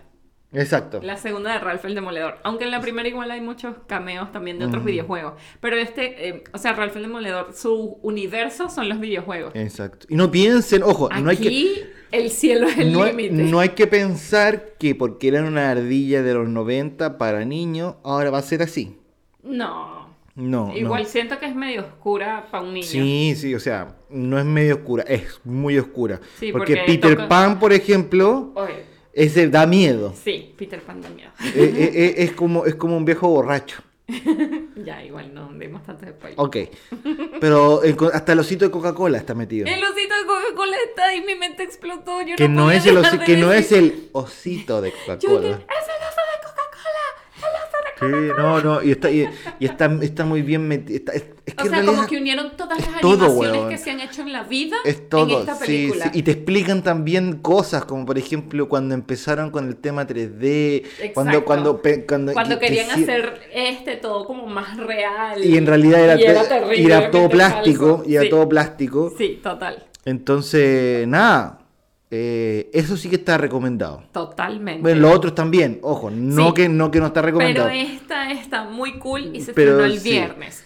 Exacto.
La segunda de Ralph el Demoledor. Aunque en la primera igual hay muchos cameos también de otros
Ujú.
videojuegos. Pero este, eh, o sea, Ralph el Demoledor, su universo son los videojuegos.
Exacto. Y no piensen, ojo,
Aquí
Eh, no hay que...
el cielo es el
No hay,
límite.
no hay que pensar que porque eran una ardilla de los 90 para niños, ahora va a ser así.
No.
No. no.
Igual siento que es medio oscura para un niño.
Sí, sí, o sea, no es medio oscura, es muy oscura.
Sí,
porque,
porque
Peter
toca-
Pan, por ejemplo,
Oye,
ese da miedo.
sí, Peter Pan da miedo.
Eh, eh, eh, es, como, es como un viejo borracho.
*laughs* ya, igual no demos tantos spoilers. *laughs*
Ok. Pero el co- hasta el osito de Coca-Cola está metido.
El osito de Coca-Cola está ahí, mi mente explotó. Yo
Que no,
podía
es el
dejar
osi-
de
que no
decir-
es el osito de
Yo dije, es el oso
Coca-Cola.
de Coca-Cola. El oso de
Sí, no, no, y está, y, y está, está muy bien metido. Es, es que
O sea,
en realidad
como que unieron todas las
es todo,
animaciones
weón.
que se han hecho en la vida
es todo.
en esta
sí,
película.
sí, Y te explican también cosas, como por ejemplo cuando empezaron con el tema 3D, cuando,
Exacto.
cuando, pe- cuando,
Cuando
que- que
querían
sí-
hacer este todo como más real.
Y en realidad era,
Y era
te-
terrible,
y era todo
realmente
plástico,
falso.
y era
Sí.
todo plástico.
Sí, total.
Entonces, nada, eh, eso sí que está recomendado.
Totalmente.
Bueno, los otros también, ojo, no
Sí.
que no que no está
Pero
recomendado.
esta está muy cool y se
Pero
estrenó el
sí.
viernes.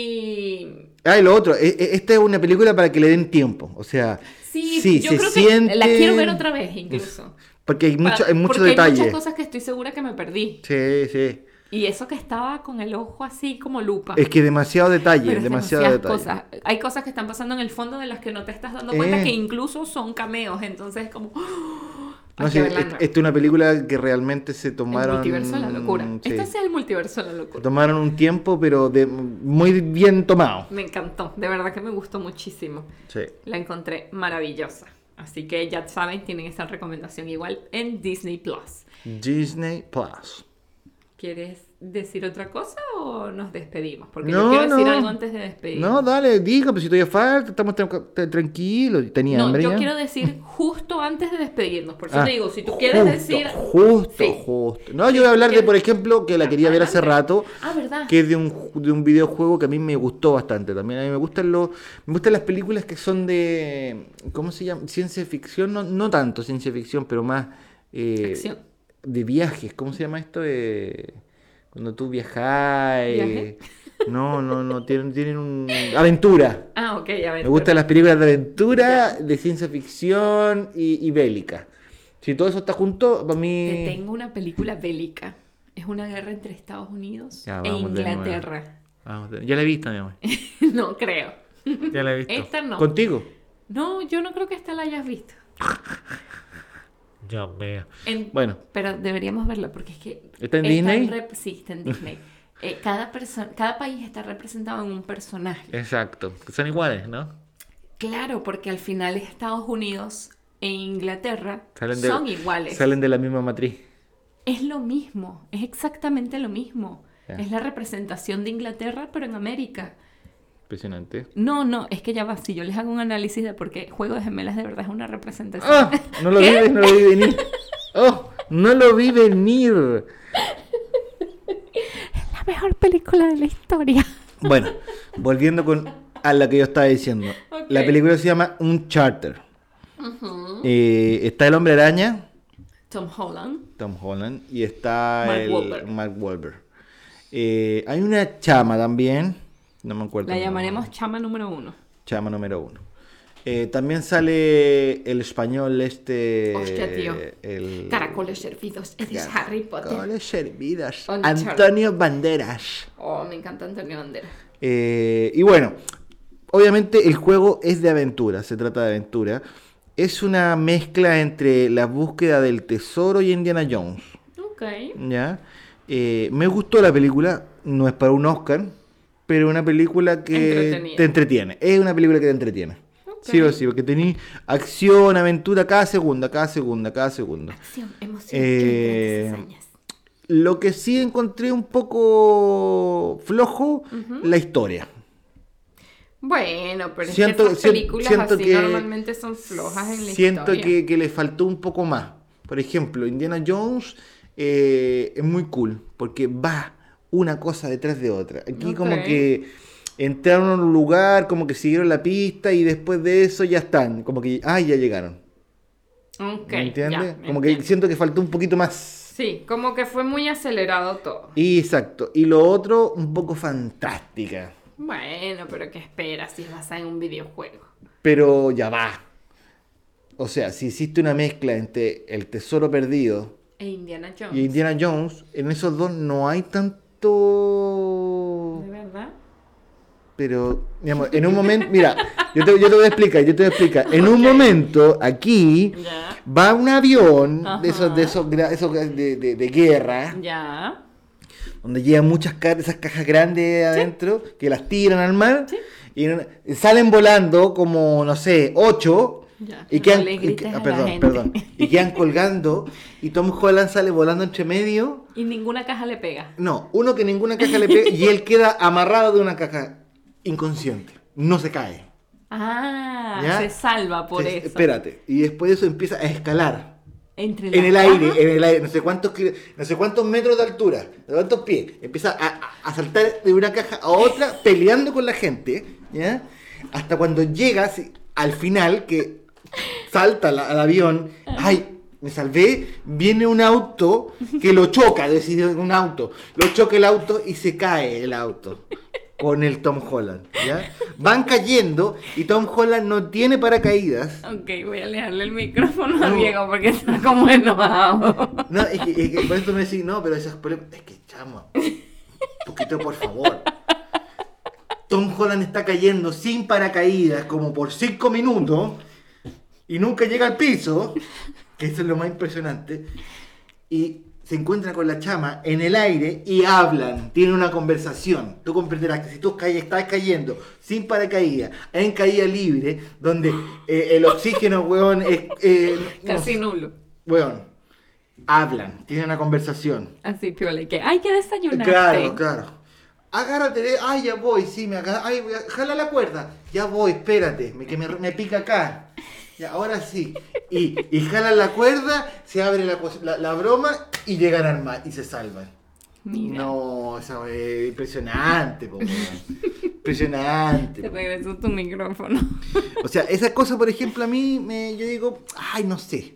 Y
Ah, y lo otro, e- e- esta es una película para que le den tiempo, o sea,
sí,
sí,
yo
se
creo
siente-
que la quiero ver otra vez incluso.
porque hay mucho,
Pa-
hay mucho
porque Hay
detalle.
muchas cosas que estoy segura que me perdí.
Sí, sí.
Y eso que estaba con el ojo así como lupa.
Es que demasiado detalle,
Pero es
demasiado detalle.
demasiadas cosas. Hay cosas que están pasando en el fondo de las que no te estás dando cuenta
Eh.
que incluso son cameos. Entonces es como. *gasps* ¡oh!
No,
Hay
sí,
que
es-
verla de
esta
nuevo.
es una película que realmente se
El
tomaron mm,
multiverso de la locura.
sí,
Esto sí es el multiverso de la
se
locura.
tomaron un tiempo pero de muy bien tomado.
Me encantó. De verdad que me gustó muchísimo.
Sí.
La encontré maravillosa. Así que ya saben, tienen esta recomendación igual en Disney Plus.
Disney Plus.
¿Quieres decir otra cosa o nos despedimos? Porque yo
No,
quiero decir
no.
algo antes de despedirme.
No, dale, diga, pues si todavía falta, estamos tran- tra- tranquilos. Tenía
No,
hambre
yo
ya.
quiero decir justo antes de despedirnos. Por eso
Ah,
te digo, si tú quieres
justo,
decir.
Justo,
Sí.
justo. No, yo voy a hablar de, por ejemplo, que la quería ver hace rato,
Ah, ¿verdad?
que es de un, ju- de un videojuego que a mí me gustó bastante también. A mí me gustan, los, me gustan las películas que son de. ¿Cómo se llama? Ciencia ficción, no, no tanto ciencia ficción, pero más. eh,
Acción.
De viajes, ¿cómo se llama esto? Eh, cuando tú viajas. eh,
¿Viaje?
no, no, no, tienen, tienen un. Aventura.
Ah, ok, a ver.
Me gustan las películas de aventura, de ciencia ficción y, y bélica. Si todo eso está junto,
Te
para mí.
tengo una película bélica. Es una guerra entre Estados Unidos
Ya,
e
vamos de nuevo.
Inglaterra. *laughs*
Vamos, ya la he visto, mi amor.
no creo.
Ya la he visto.
Esta no.
¿Contigo?
No, yo no creo que esta la hayas visto.
Ya veo.
En-
Bueno.
Pero deberíamos verla porque es que...
¿Está en
está
Disney?
rep- Sí, está en Disney.
*laughs*
Eh, cada, perso- cada país está representado en un personaje.
Exacto. Son iguales, ¿no?
Claro, porque al final Estados Unidos e Inglaterra
Salen de-
son iguales.
Salen de la misma matriz.
Es lo mismo, es exactamente lo mismo.
Ya.
Es la representación de Inglaterra, pero en América. *laughs*
Impresionante.
No, no, es que ya va, si yo les hago un análisis de por qué Juego de Gemelas de verdad es una representación.
¡Ah! No lo
*laughs*
vi,
¿Qué?
no lo vi venir. ¡Oh! No lo vi venir.
La mejor película de la historia. *laughs*
Bueno, volviendo con a la que yo estaba diciendo.
Ok.
La película se llama Un Charter. está el hombre araña.
Tom Holland.
Tom Holland y está
Mark
el
Wahlberg.
Mark Wahlberg. Eh, hay una chama también, no me acuerdo.
La
el nombre.
llamaremos chama número uno.
chama número uno. Eh, también sale el español este.
Hostia, tío.
El...
Caracoles servidos, eres
Mm. Caracoles
Harry Potter.
servidas.
Un
Antonio Banderas.
Oh, me encanta Antonio Banderas.
Eh, y bueno, obviamente el juego es de aventura, se trata de aventura. Es una mezcla entre la búsqueda del tesoro y Indiana Jones.
Ok.
¿Ya? Eh, me gustó la película, no es para un Oscar, pero una película que
Entretenida.
te entretiene. Es una película que te entretiene.
Ok.
Sí o sí, porque tenéis acción, aventura cada segunda, cada segunda, cada segunda.
Acción, emoción,
Eh,
intrigas, hazañas.
Lo que sí encontré un poco flojo, la historia.
Bueno, pero
siento-
es que estas
sien-
películas
siento
así
que-
normalmente son flojas en la
Siento
historia.
que, que le faltó un poco más. Por ejemplo, Indiana Jones eh, es muy cool porque va una cosa detrás de otra. Aquí como
Ok.
que entraron a un lugar, como que siguieron la pista y después de eso ya están. Como que, ah, ya llegaron.
Ok,
¿Me entiendes?
ya,
como
entiendo.
que siento que faltó un poquito más.
Sí, como que fue muy acelerado todo.
Y exacto. Y lo otro, un poco fantástica.
Bueno, pero ¿qué esperas si es basada en un videojuego?
Pero ya va. O sea, si hiciste una mezcla entre El Tesoro Perdido
E Indiana Jones.
y Indiana Jones, en esos dos no hay tanto...
¿De verdad?
Pero, mi amor, en un momento, mira, yo te, yo te voy a explicar, yo te voy a explicar. En un momento, aquí,
Ya.
va un avión de esos, de
Ajá.
esos, gra- esos gra- de, de- de guerra,
Ya.
donde llevan muchas ca- esas cajas grandes adentro, que las tiran al mar, y en una- salen volando como, no sé, ocho,
Ya.
y
No
quedan,
le
y
grites
que- ah,
a la
perdón,
gente. *laughs*
perdón, y quedan colgando, y Tom Holland sale volando entre medio,
Y ninguna caja le pega.
no, uno que ninguna caja le pega y él queda amarrado de una caja inconsciente. No se cae.
Ah,
¿Ya?
se salva por
Se-
eso.
Espérate. Y después de eso empieza a escalar.
Entre
En
las
el aire, eh.
cajas.
en el aire, no sé cuántos, kil- no sé cuántos metros de altura, de cuántos pies. Empieza a, a- a saltar de una caja a
*laughs*
otra, peleando con la gente, ¿ya? Hasta cuando llegas al final, que salta la- al avión,
Ah.
¡ay! Me salvé, viene un auto que lo choca, es decir, un auto. Lo choca el auto y se cae el auto con el Tom Holland, ¿ya? Van cayendo y Tom Holland no tiene paracaídas.
Ok, voy a alejarle el micrófono a
No.
Diego porque está como enojado.
*laughs* No, es que, es que por eso me decís, no, pero esas películas. Es que chamo. Poquito, por favor. Tom Holland está cayendo sin paracaídas, como por 5 minutos, y nunca llega al piso, que eso es lo más impresionante. Y se encuentra con la chama en el aire y hablan, tienen una conversación. Tú comprenderás que si tú caes- estás cayendo sin paracaídas, en caída libre, donde eh, el oxígeno, weón, es. eh, no
Casi nulo.
Weón, hablan, tienen una conversación.
Así, piola, y que hay que desayunar.
Claro, claro. Agárrate de. Ay, ya voy, sí, me agarra. Ay, voy a- jala la cuerda. Ya voy, espérate, me, que me, me pica acá. Ya, ahora sí. Y, y jalan la cuerda, se abre la, cos- la, la broma y llegan al mar y se salvan.
Mira,
No, eso es impresionante, po, weón. Impresionante.
te *laughs* regresó tu micrófono. *laughs*
O sea, esas cosas, por ejemplo, a mí, me, yo digo, ay, no sé.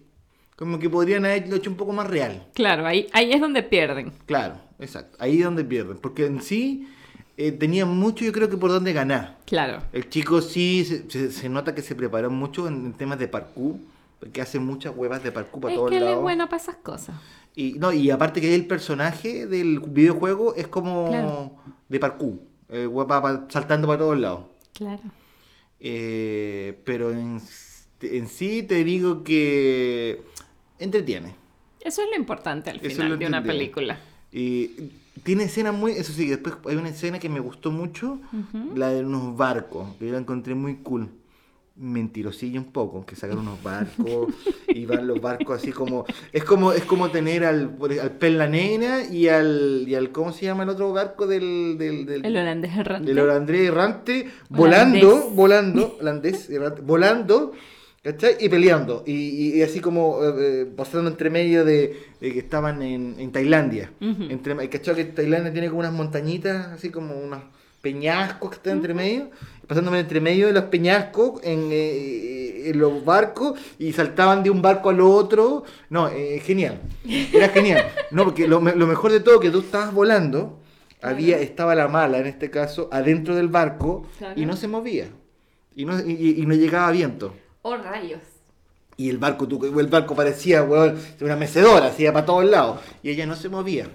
Como que podrían haberlo hecho un poco más real.
Claro, ahí, ahí es donde pierden.
Claro, exacto. Ahí es donde pierden. Porque en sí eh, tenía mucho, yo creo que por donde ganar.
Claro.
El chico sí se, se- se nota que se preparó mucho en, en temas de parkour. Porque hace muchas huevas de parkour para
es
todos
que él
lados.
es bueno para esas cosas.
Y, no, y aparte que el personaje del videojuego es como
Claro.
de parkour. eh, guapa, pa- saltando para todos lados.
Claro.
Eh, pero en, en sí te digo que entretiene.
Eso es lo importante al
Eso
final
lo
de una
entendí.
película.
Y tiene escenas muy. Eso sí, después hay una escena que me gustó mucho, la de unos barcos, que yo la encontré muy cool. Mentirosilla un poco, que sacan unos
*laughs*
barcos y van los barcos así como. Es como es como tener al, por- e-, al Perla Negra y al, y al. ¿Cómo se llama el otro barco del. del, del
El holandés errante.
del holandés errante,
Holandés.
volando, volando, holandés errante, volando, ¿cachai? Y peleando. Y, y- y así como eh, eh, pasando entre medio de, de que estaban en, en Tailandia.
Ujú.
entre, ¿Cachai? Que Tailandia tiene como unas montañitas, así como unos peñascos que están entre medio. Pasándome entre medio de los peñascos en, eh, en los barcos y saltaban de un barco al otro. No, eh, genial. Era genial. No, porque lo, me- lo mejor de todo que tú estabas volando. Había, estaba la mala en este caso adentro del barco
Claro.
y no se movía y no, y- y no llegaba viento
Oh, rayos.
y el barco tú- el barco parecía weón, una mecedora se iba para todos lados y ella no se
*laughs*
movía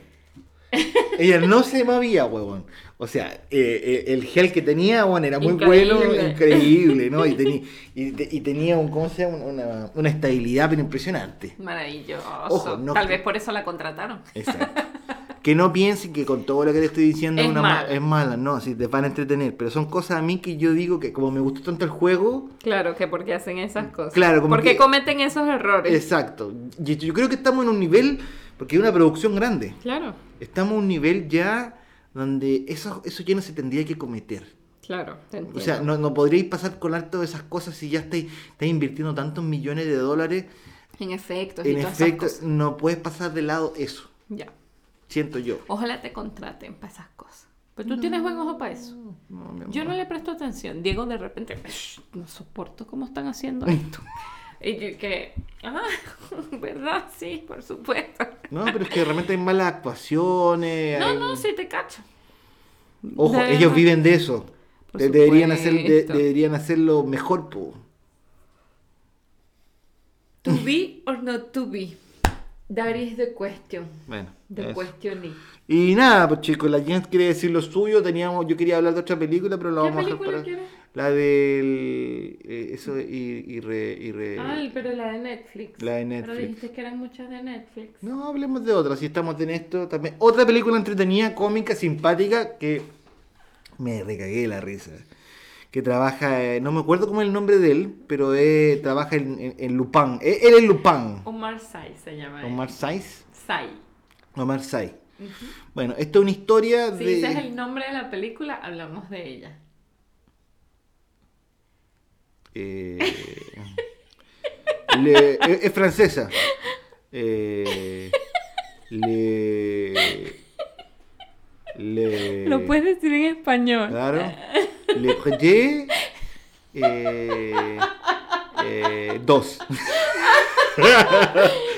ella no se movía huevón o sea eh, eh, el gel que tenía weón, era muy bueno
Increíble.
increíble no y, teni- y te- y tenía un cómo se llama una, una estabilidad pero impresionante
Maravilloso.
Ojo, no
Tal
que-
vez por eso la contrataron.
Exacto. Que no piensen que con todo lo que le estoy diciendo es,
Es
una ma-
mala.
es mala, no, si te van a entretener. Pero son cosas a mí que yo digo que como me gustó tanto el juego,
Claro, que porque hacen esas cosas.
Claro, como
porque
que-
cometen esos errores.
exacto. Yo, yo creo que estamos en un nivel, porque es una producción grande,
Claro,
estamos en un nivel ya donde eso, eso ya no se tendría que cometer.
claro. te entiendo.
O sea, no, no podríais pasar con harto de esas cosas si ya estáis, estáis invirtiendo tantos millones de dólares.
en efectos y
En
todas
efecto,
esas cosas.
no puedes pasar de lado eso,
Ya.
siento yo.
Ojalá te contraten para esas cosas. Pero tú tienes buen ojo para eso.
No, mi amor. *laughs*
Yo no le presto atención. Diego de repente, "Shh, no soporto cómo están haciendo esto.
Y yo que,
*laughs*
ah, ¿verdad? Sí, por supuesto.
No, pero es que realmente hay malas actuaciones.
No,
hay-
no, sí te cacho.
Ojo,
de-
ellos viven de eso.
Por
De- deberían, hacer, de-
supuesto.
deberían hacerlo mejor, po.
To be or not to be. That is the question.
Bueno.
The
eso.
question is.
Y nada, pues chicos, la Jens quiere decir lo suyo. Teníamos, yo quería hablar de otra película, pero la
¿Qué
vamos a dejar
película
para.
quieres?
La del. eh, eso y, y re- y re-
Ah, pero la de Netflix.
la de Netflix.
Pero dijiste que eran muchas de Netflix.
No, hablemos de otra. Si estamos en esto también. Otra película entretenida, cómica, simpática, que me recagué de la risa. Que trabaja, eh, no me acuerdo cómo es el nombre de él, pero eh, trabaja en, en- en Lupin. Eh, él es Lupin.
Omar Sai se llama. él.
Omar Saiz.
Sai.
Omar Saiz. Bueno, esto es una historia
Si
de...
dices el nombre de la película, hablamos de ella.
Eh, le- es, es francesa. Eh, le, le-
decir en español.
Claro. Le Predier, eh, eh, dos.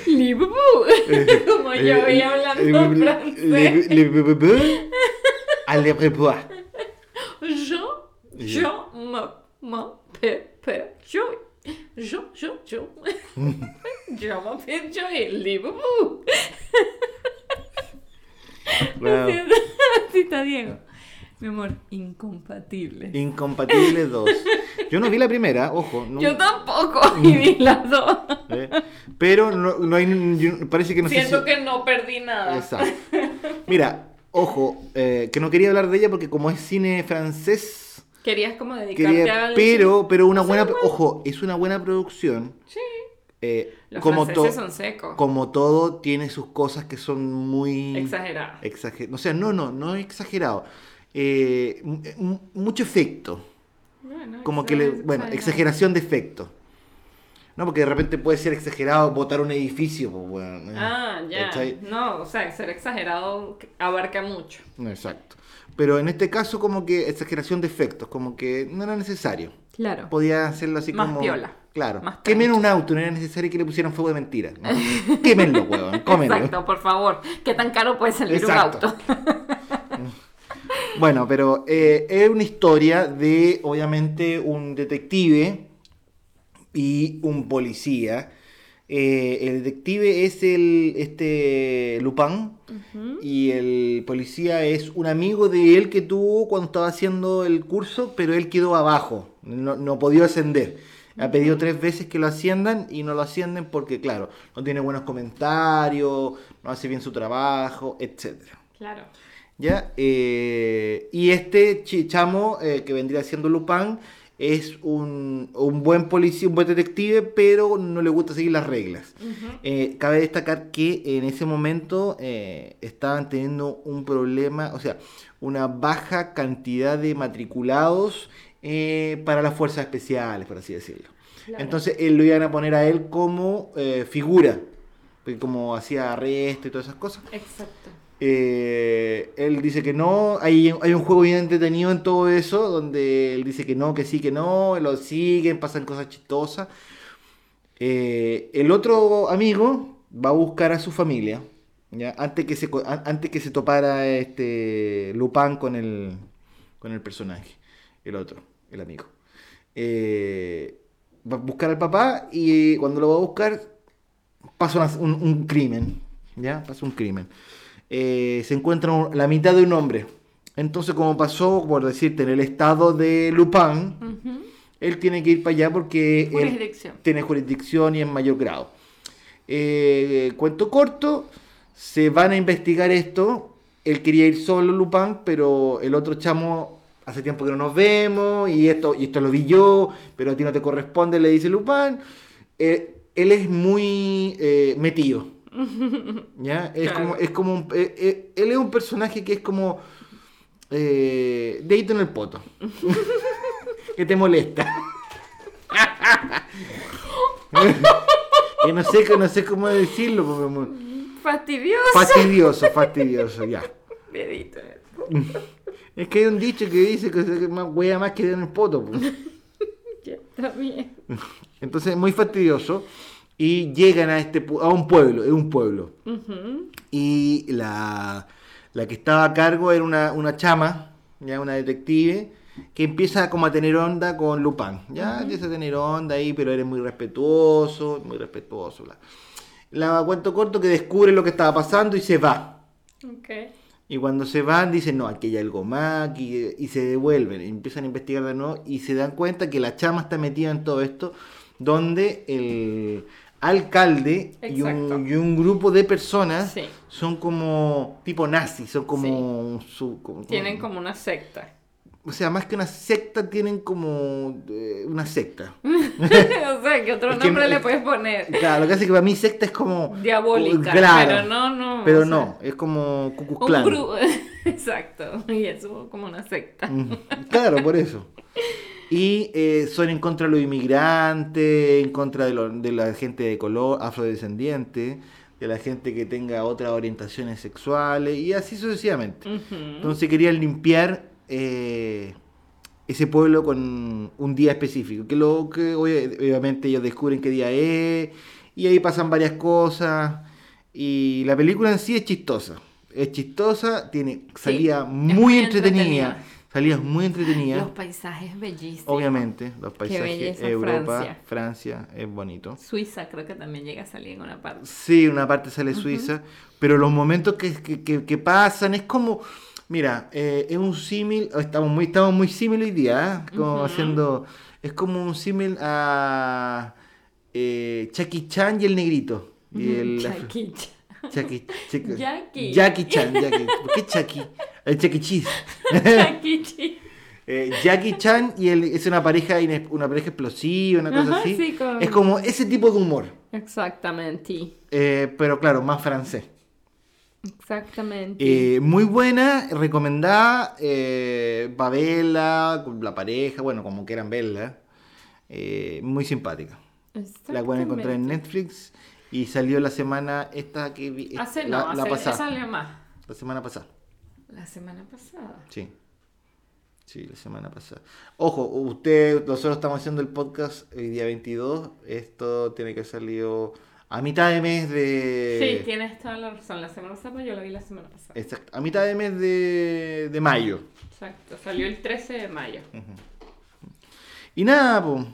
Libu.
Eh,
*laughs* Como yo voy hablando
Le-
francés.
Le, le- le- a Le Prévoir.
Yo, yo, mo, mo, pe, pe, yo. Yo, yo, yo.
*laughs*
*laughs* Yo me pincho el Libu.
Wow.
*laughs* Así está Diego. Mi amor, incompatible.
Incompatible dos. Yo no vi la primera, ojo. No,
Yo tampoco, y vi las dos.
eh, Pero no, no hay. yo- Parece que no sé si-
Siento que no perdí nada.
Exacto. Mira, ojo, eh, que no quería hablar de ella porque como es cine francés,
Querías como dedicarte a
quería,
algo.
pero, pero una buena, ojo, es una buena producción.
Sí.
eh,
Los
como,
franceses
to-
son secos.
como todo tiene sus cosas que son muy
Exagerados.
eh, exager- O sea, no, no, no exagerado. Eh, mu- mu- mucho efecto.
Bueno,
Como que le, bueno,
exagerado.
exageración de efecto. No, porque de repente puede ser exagerado botar un edificio. pues, bueno, eh,
Ah, ya.
¿cachai?
No, o sea, ser exagerado abarca mucho.
Exacto. Pero en este caso como que exageración de efectos, como que no era necesario.
Claro.
Podía hacerlo así
Más
como...
piola.
Claro.
Más
Quemen un auto, no era necesario que le pusieran fuego de mentira. ¿no? Quémenlo, huevón,
*laughs*
cómenlo.
Exacto, por favor. ¿Qué tan caro puede salir
Exacto. *laughs*
un auto?
Bueno, pero eh, es una historia de, obviamente, un detective y un policía. Eh, el detective es el este Lupin y el policía es un amigo de él que tuvo cuando estaba haciendo el curso, pero él quedó abajo, no, no podía ascender. Ha pedido tres veces que lo asciendan y no lo ascienden porque, claro, no tiene buenos comentarios, no hace bien su trabajo, etcétera.
Claro.
¿Ya? Eh, y este chi- chamo eh, que vendría siendo Lupin es un, un buen policía, un buen detective, pero no le gusta seguir las reglas. Eh, cabe destacar que en ese momento eh, estaban teniendo un problema, o sea, una baja cantidad de matriculados eh, para las fuerzas especiales, por así decirlo.
Claro.
Entonces él lo iban a poner a él como eh, figura, porque como hacía arresto y todas esas cosas.
Exacto.
Eh, él dice que no, hay, hay un juego bien entretenido en todo eso, donde él dice que no, que sí, que no, lo siguen, pasan cosas chistosas. Eh, el otro amigo va a buscar a su familia, ¿ya? Antes, que se, co- an- antes que se topara este Lupin con el, con el personaje, el otro, el amigo. Eh, va a buscar al papá y cuando lo va a buscar pasa una- un, un crimen, ¿ya? Pasa un crimen. Eh, se encuentra un- la mitad de un hombre. Entonces, como pasó, por decirte, en el estado de Lupin,
Ujú.
él tiene que ir para allá porque él
Jurisdicción.
tiene jurisdicción y en mayor grado. Eh, cuento corto, se van a investigar esto. Él quería ir solo, Lupin, pero el otro chamo hace tiempo que no nos vemos y esto, y esto lo vi yo, pero a ti no te corresponde, le dice Lupin. Eh, él es muy eh, metido. ¿Ya? Es,
Claro.
como, es como un- eh, eh, él es un personaje que es como eh, dedito en el poto. que te molesta. *laughs* que no sé, no sé cómo decirlo. porque es muy-
Fastidioso.
Fastidioso, fastidioso, ya.
Dedito.
Es que hay un dicho que dice que se- que más hueá más que en el poto. pues.
Ya. también.
Entonces es muy fastidioso. Y llegan a, este, pu- a un pueblo, es un pueblo. Y la, la que estaba a cargo era una, una chama, ya una detective, que empieza como a tener onda con Lupin. Ya empieza a tener onda ahí, pero eres muy respetuoso, muy respetuoso. bla. La cuento corto que descubre lo que estaba pasando y se va.
Ok.
Y cuando se van, dicen, no, aquí hay algo más, aquí- y se devuelven, y empiezan a investigar de nuevo, y se dan cuenta que la chama está metida en todo esto, donde el alcalde y
Exacto.
un, y un grupo de personas
Sí.
son como tipo nazis, son como, su- como-
Tienen como una
*laughs*
secta. *laughs*
O sea, más que una secta, tienen como eh,
*laughs*
una secta.
o sea, ¿qué otro
Es que- eh,
nombre le puedes poner?
Claro, lo que hace que para mí secta es como...
Diabólica.
Claro,
Pero no, no.
pero
o sea,
no, es como Ku Klux
Un
Klan.
grupo. *laughs* Exacto. Y eso como una secta.
Mm, Claro, por eso. Y eh, son en contra de los inmigrantes, en contra de, lo- de la gente de color, afrodescendiente, de la gente que tenga otras orientaciones sexuales y así sucesivamente.
Ujú.
Entonces querían limpiar eh, ese pueblo con un día específico, que lo que obvia- obviamente ellos descubren qué día es y ahí pasan varias cosas y la película en sí es chistosa. Es chistosa, tiene salidas muy,
muy
entretenidas,
entretenida.
salidas muy entretenidas.
Los paisajes bellísimos.
Obviamente, los paisajes
belleza,
Europa,
Francia.
Francia. es bonito.
Suiza creo que también llega a salir en una parte.
Sí, una parte sale Suiza, pero los momentos que, que- que- que pasan es como, mira, eh, es un símil, estamos muy, estamos muy símil hoy día, ¿eh? como haciendo, es como un símil a eh, Jackie Chan y el negrito.
*laughs*
Y el,
Jackie
*laughs*
Chan.
Jackie, Jackie-
Jackie.
Jackie Chan, Jackie, ¿por qué Jackie? El Jackie Cheese.
Jackie Chan.
Eh, Jackie Chan y él es una pareja ines- una pareja explosiva, una cosa
Ajá,
así.
sí, con-
Es como ese tipo de humor,
Exactamente.
eh, pero claro, más francés.
Exactamente.
Eh, muy buena, recomendada eh, para verla, con la pareja, bueno, como quieran verla. Eh, muy simpática. La pueden encontrar en Netflix y salió la semana esta que vi.
Hace,
la,
Ah, no,
la
hace-
pasada.
salió más.
La semana pasada.
La semana pasada.
Sí. Sí, la semana pasada. Ojo, usted, nosotros estamos haciendo el podcast el día 22. Esto tiene que salir a mitad de mes de.
Sí, tienes toda la razón. La semana pasada yo la vi la semana pasada.
Exacto, a mitad de mes de, de mayo.
Exacto. Salió el 13 de mayo.
Y nada, pues,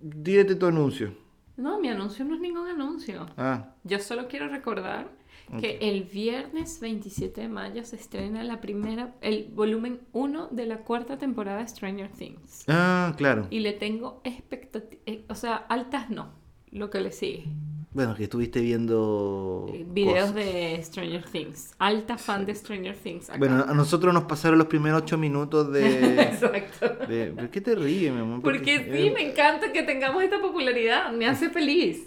dígate tu anuncio.
No, mi anuncio no es ningún anuncio.
Ah,
Yo solo quiero recordar que el viernes 27 de mayo se estrena la primera, el volumen 1 de la cuarta temporada de Stranger Things.
ah, claro.
Y le tengo expectativas, o sea, altas no, lo que le sigue.
Bueno, que estuviste viendo...
Eh, Videos
cosas.
de Stranger Things. Alta fan de Stranger Things. acá.
Bueno, a nosotros nos pasaron los primeros ocho minutos
eh, *laughs*
de...
Exacto.
de... ¿Por qué te ríes, mi amor? eh,
Porque sí, me encanta que tengamos esta popularidad. Me hace feliz.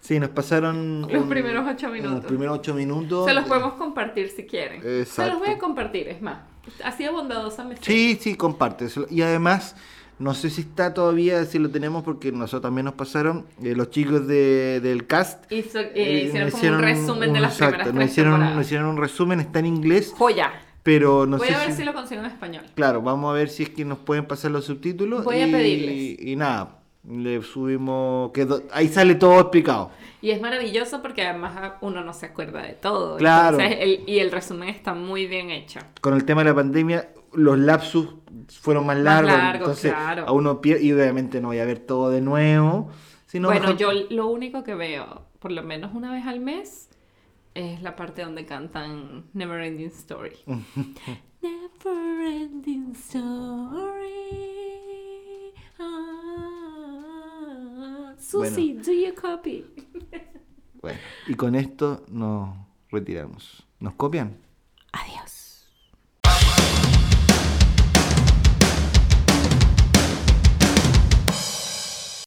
Sí, nos pasaron...
Los primeros ocho minutos.
Los primeros ocho minutos.
Se los podemos compartir si quieren. Se
Exacto.
los voy a compartir, es más. Así de bondadosa me siento.
Sí, sí, comparte. Se lo- Y además, no sé si está todavía, si lo tenemos, porque nosotros también nos pasaron, eh, los chicos de, del cast.
Hizo- eh,
eh,
hicieron
nos
como un resumen de
un-
las
exacto,
primeras
nos
tres
hicieron,
temporadas.
nos hicieron un resumen, está en inglés,
Joya.
pero no
voy
sé
a ver si... lo consigo en español.
Claro, vamos a ver si es que nos pueden pasar los subtítulos.
Voy a
y,
pedirles.
Y nada, le subimos... que do- Ahí sale todo explicado.
Y es maravilloso porque además uno no se acuerda de todo.
Claro.
Entonces, el- y el resumen está muy bien hecho.
Con el tema de la pandemia, los lapsus fueron más largos.
largos,
entonces,
claro.
a uno pierde... Y obviamente no voy a ver todo de nuevo. Sino
bueno,
mejor-
yo lo único que veo, por lo menos una vez al mes, es la parte donde cantan Never Ending Story.
Never ending story. Ah. Susi, do you copy?
Bueno, y con esto nos retiramos. ¿Nos copian?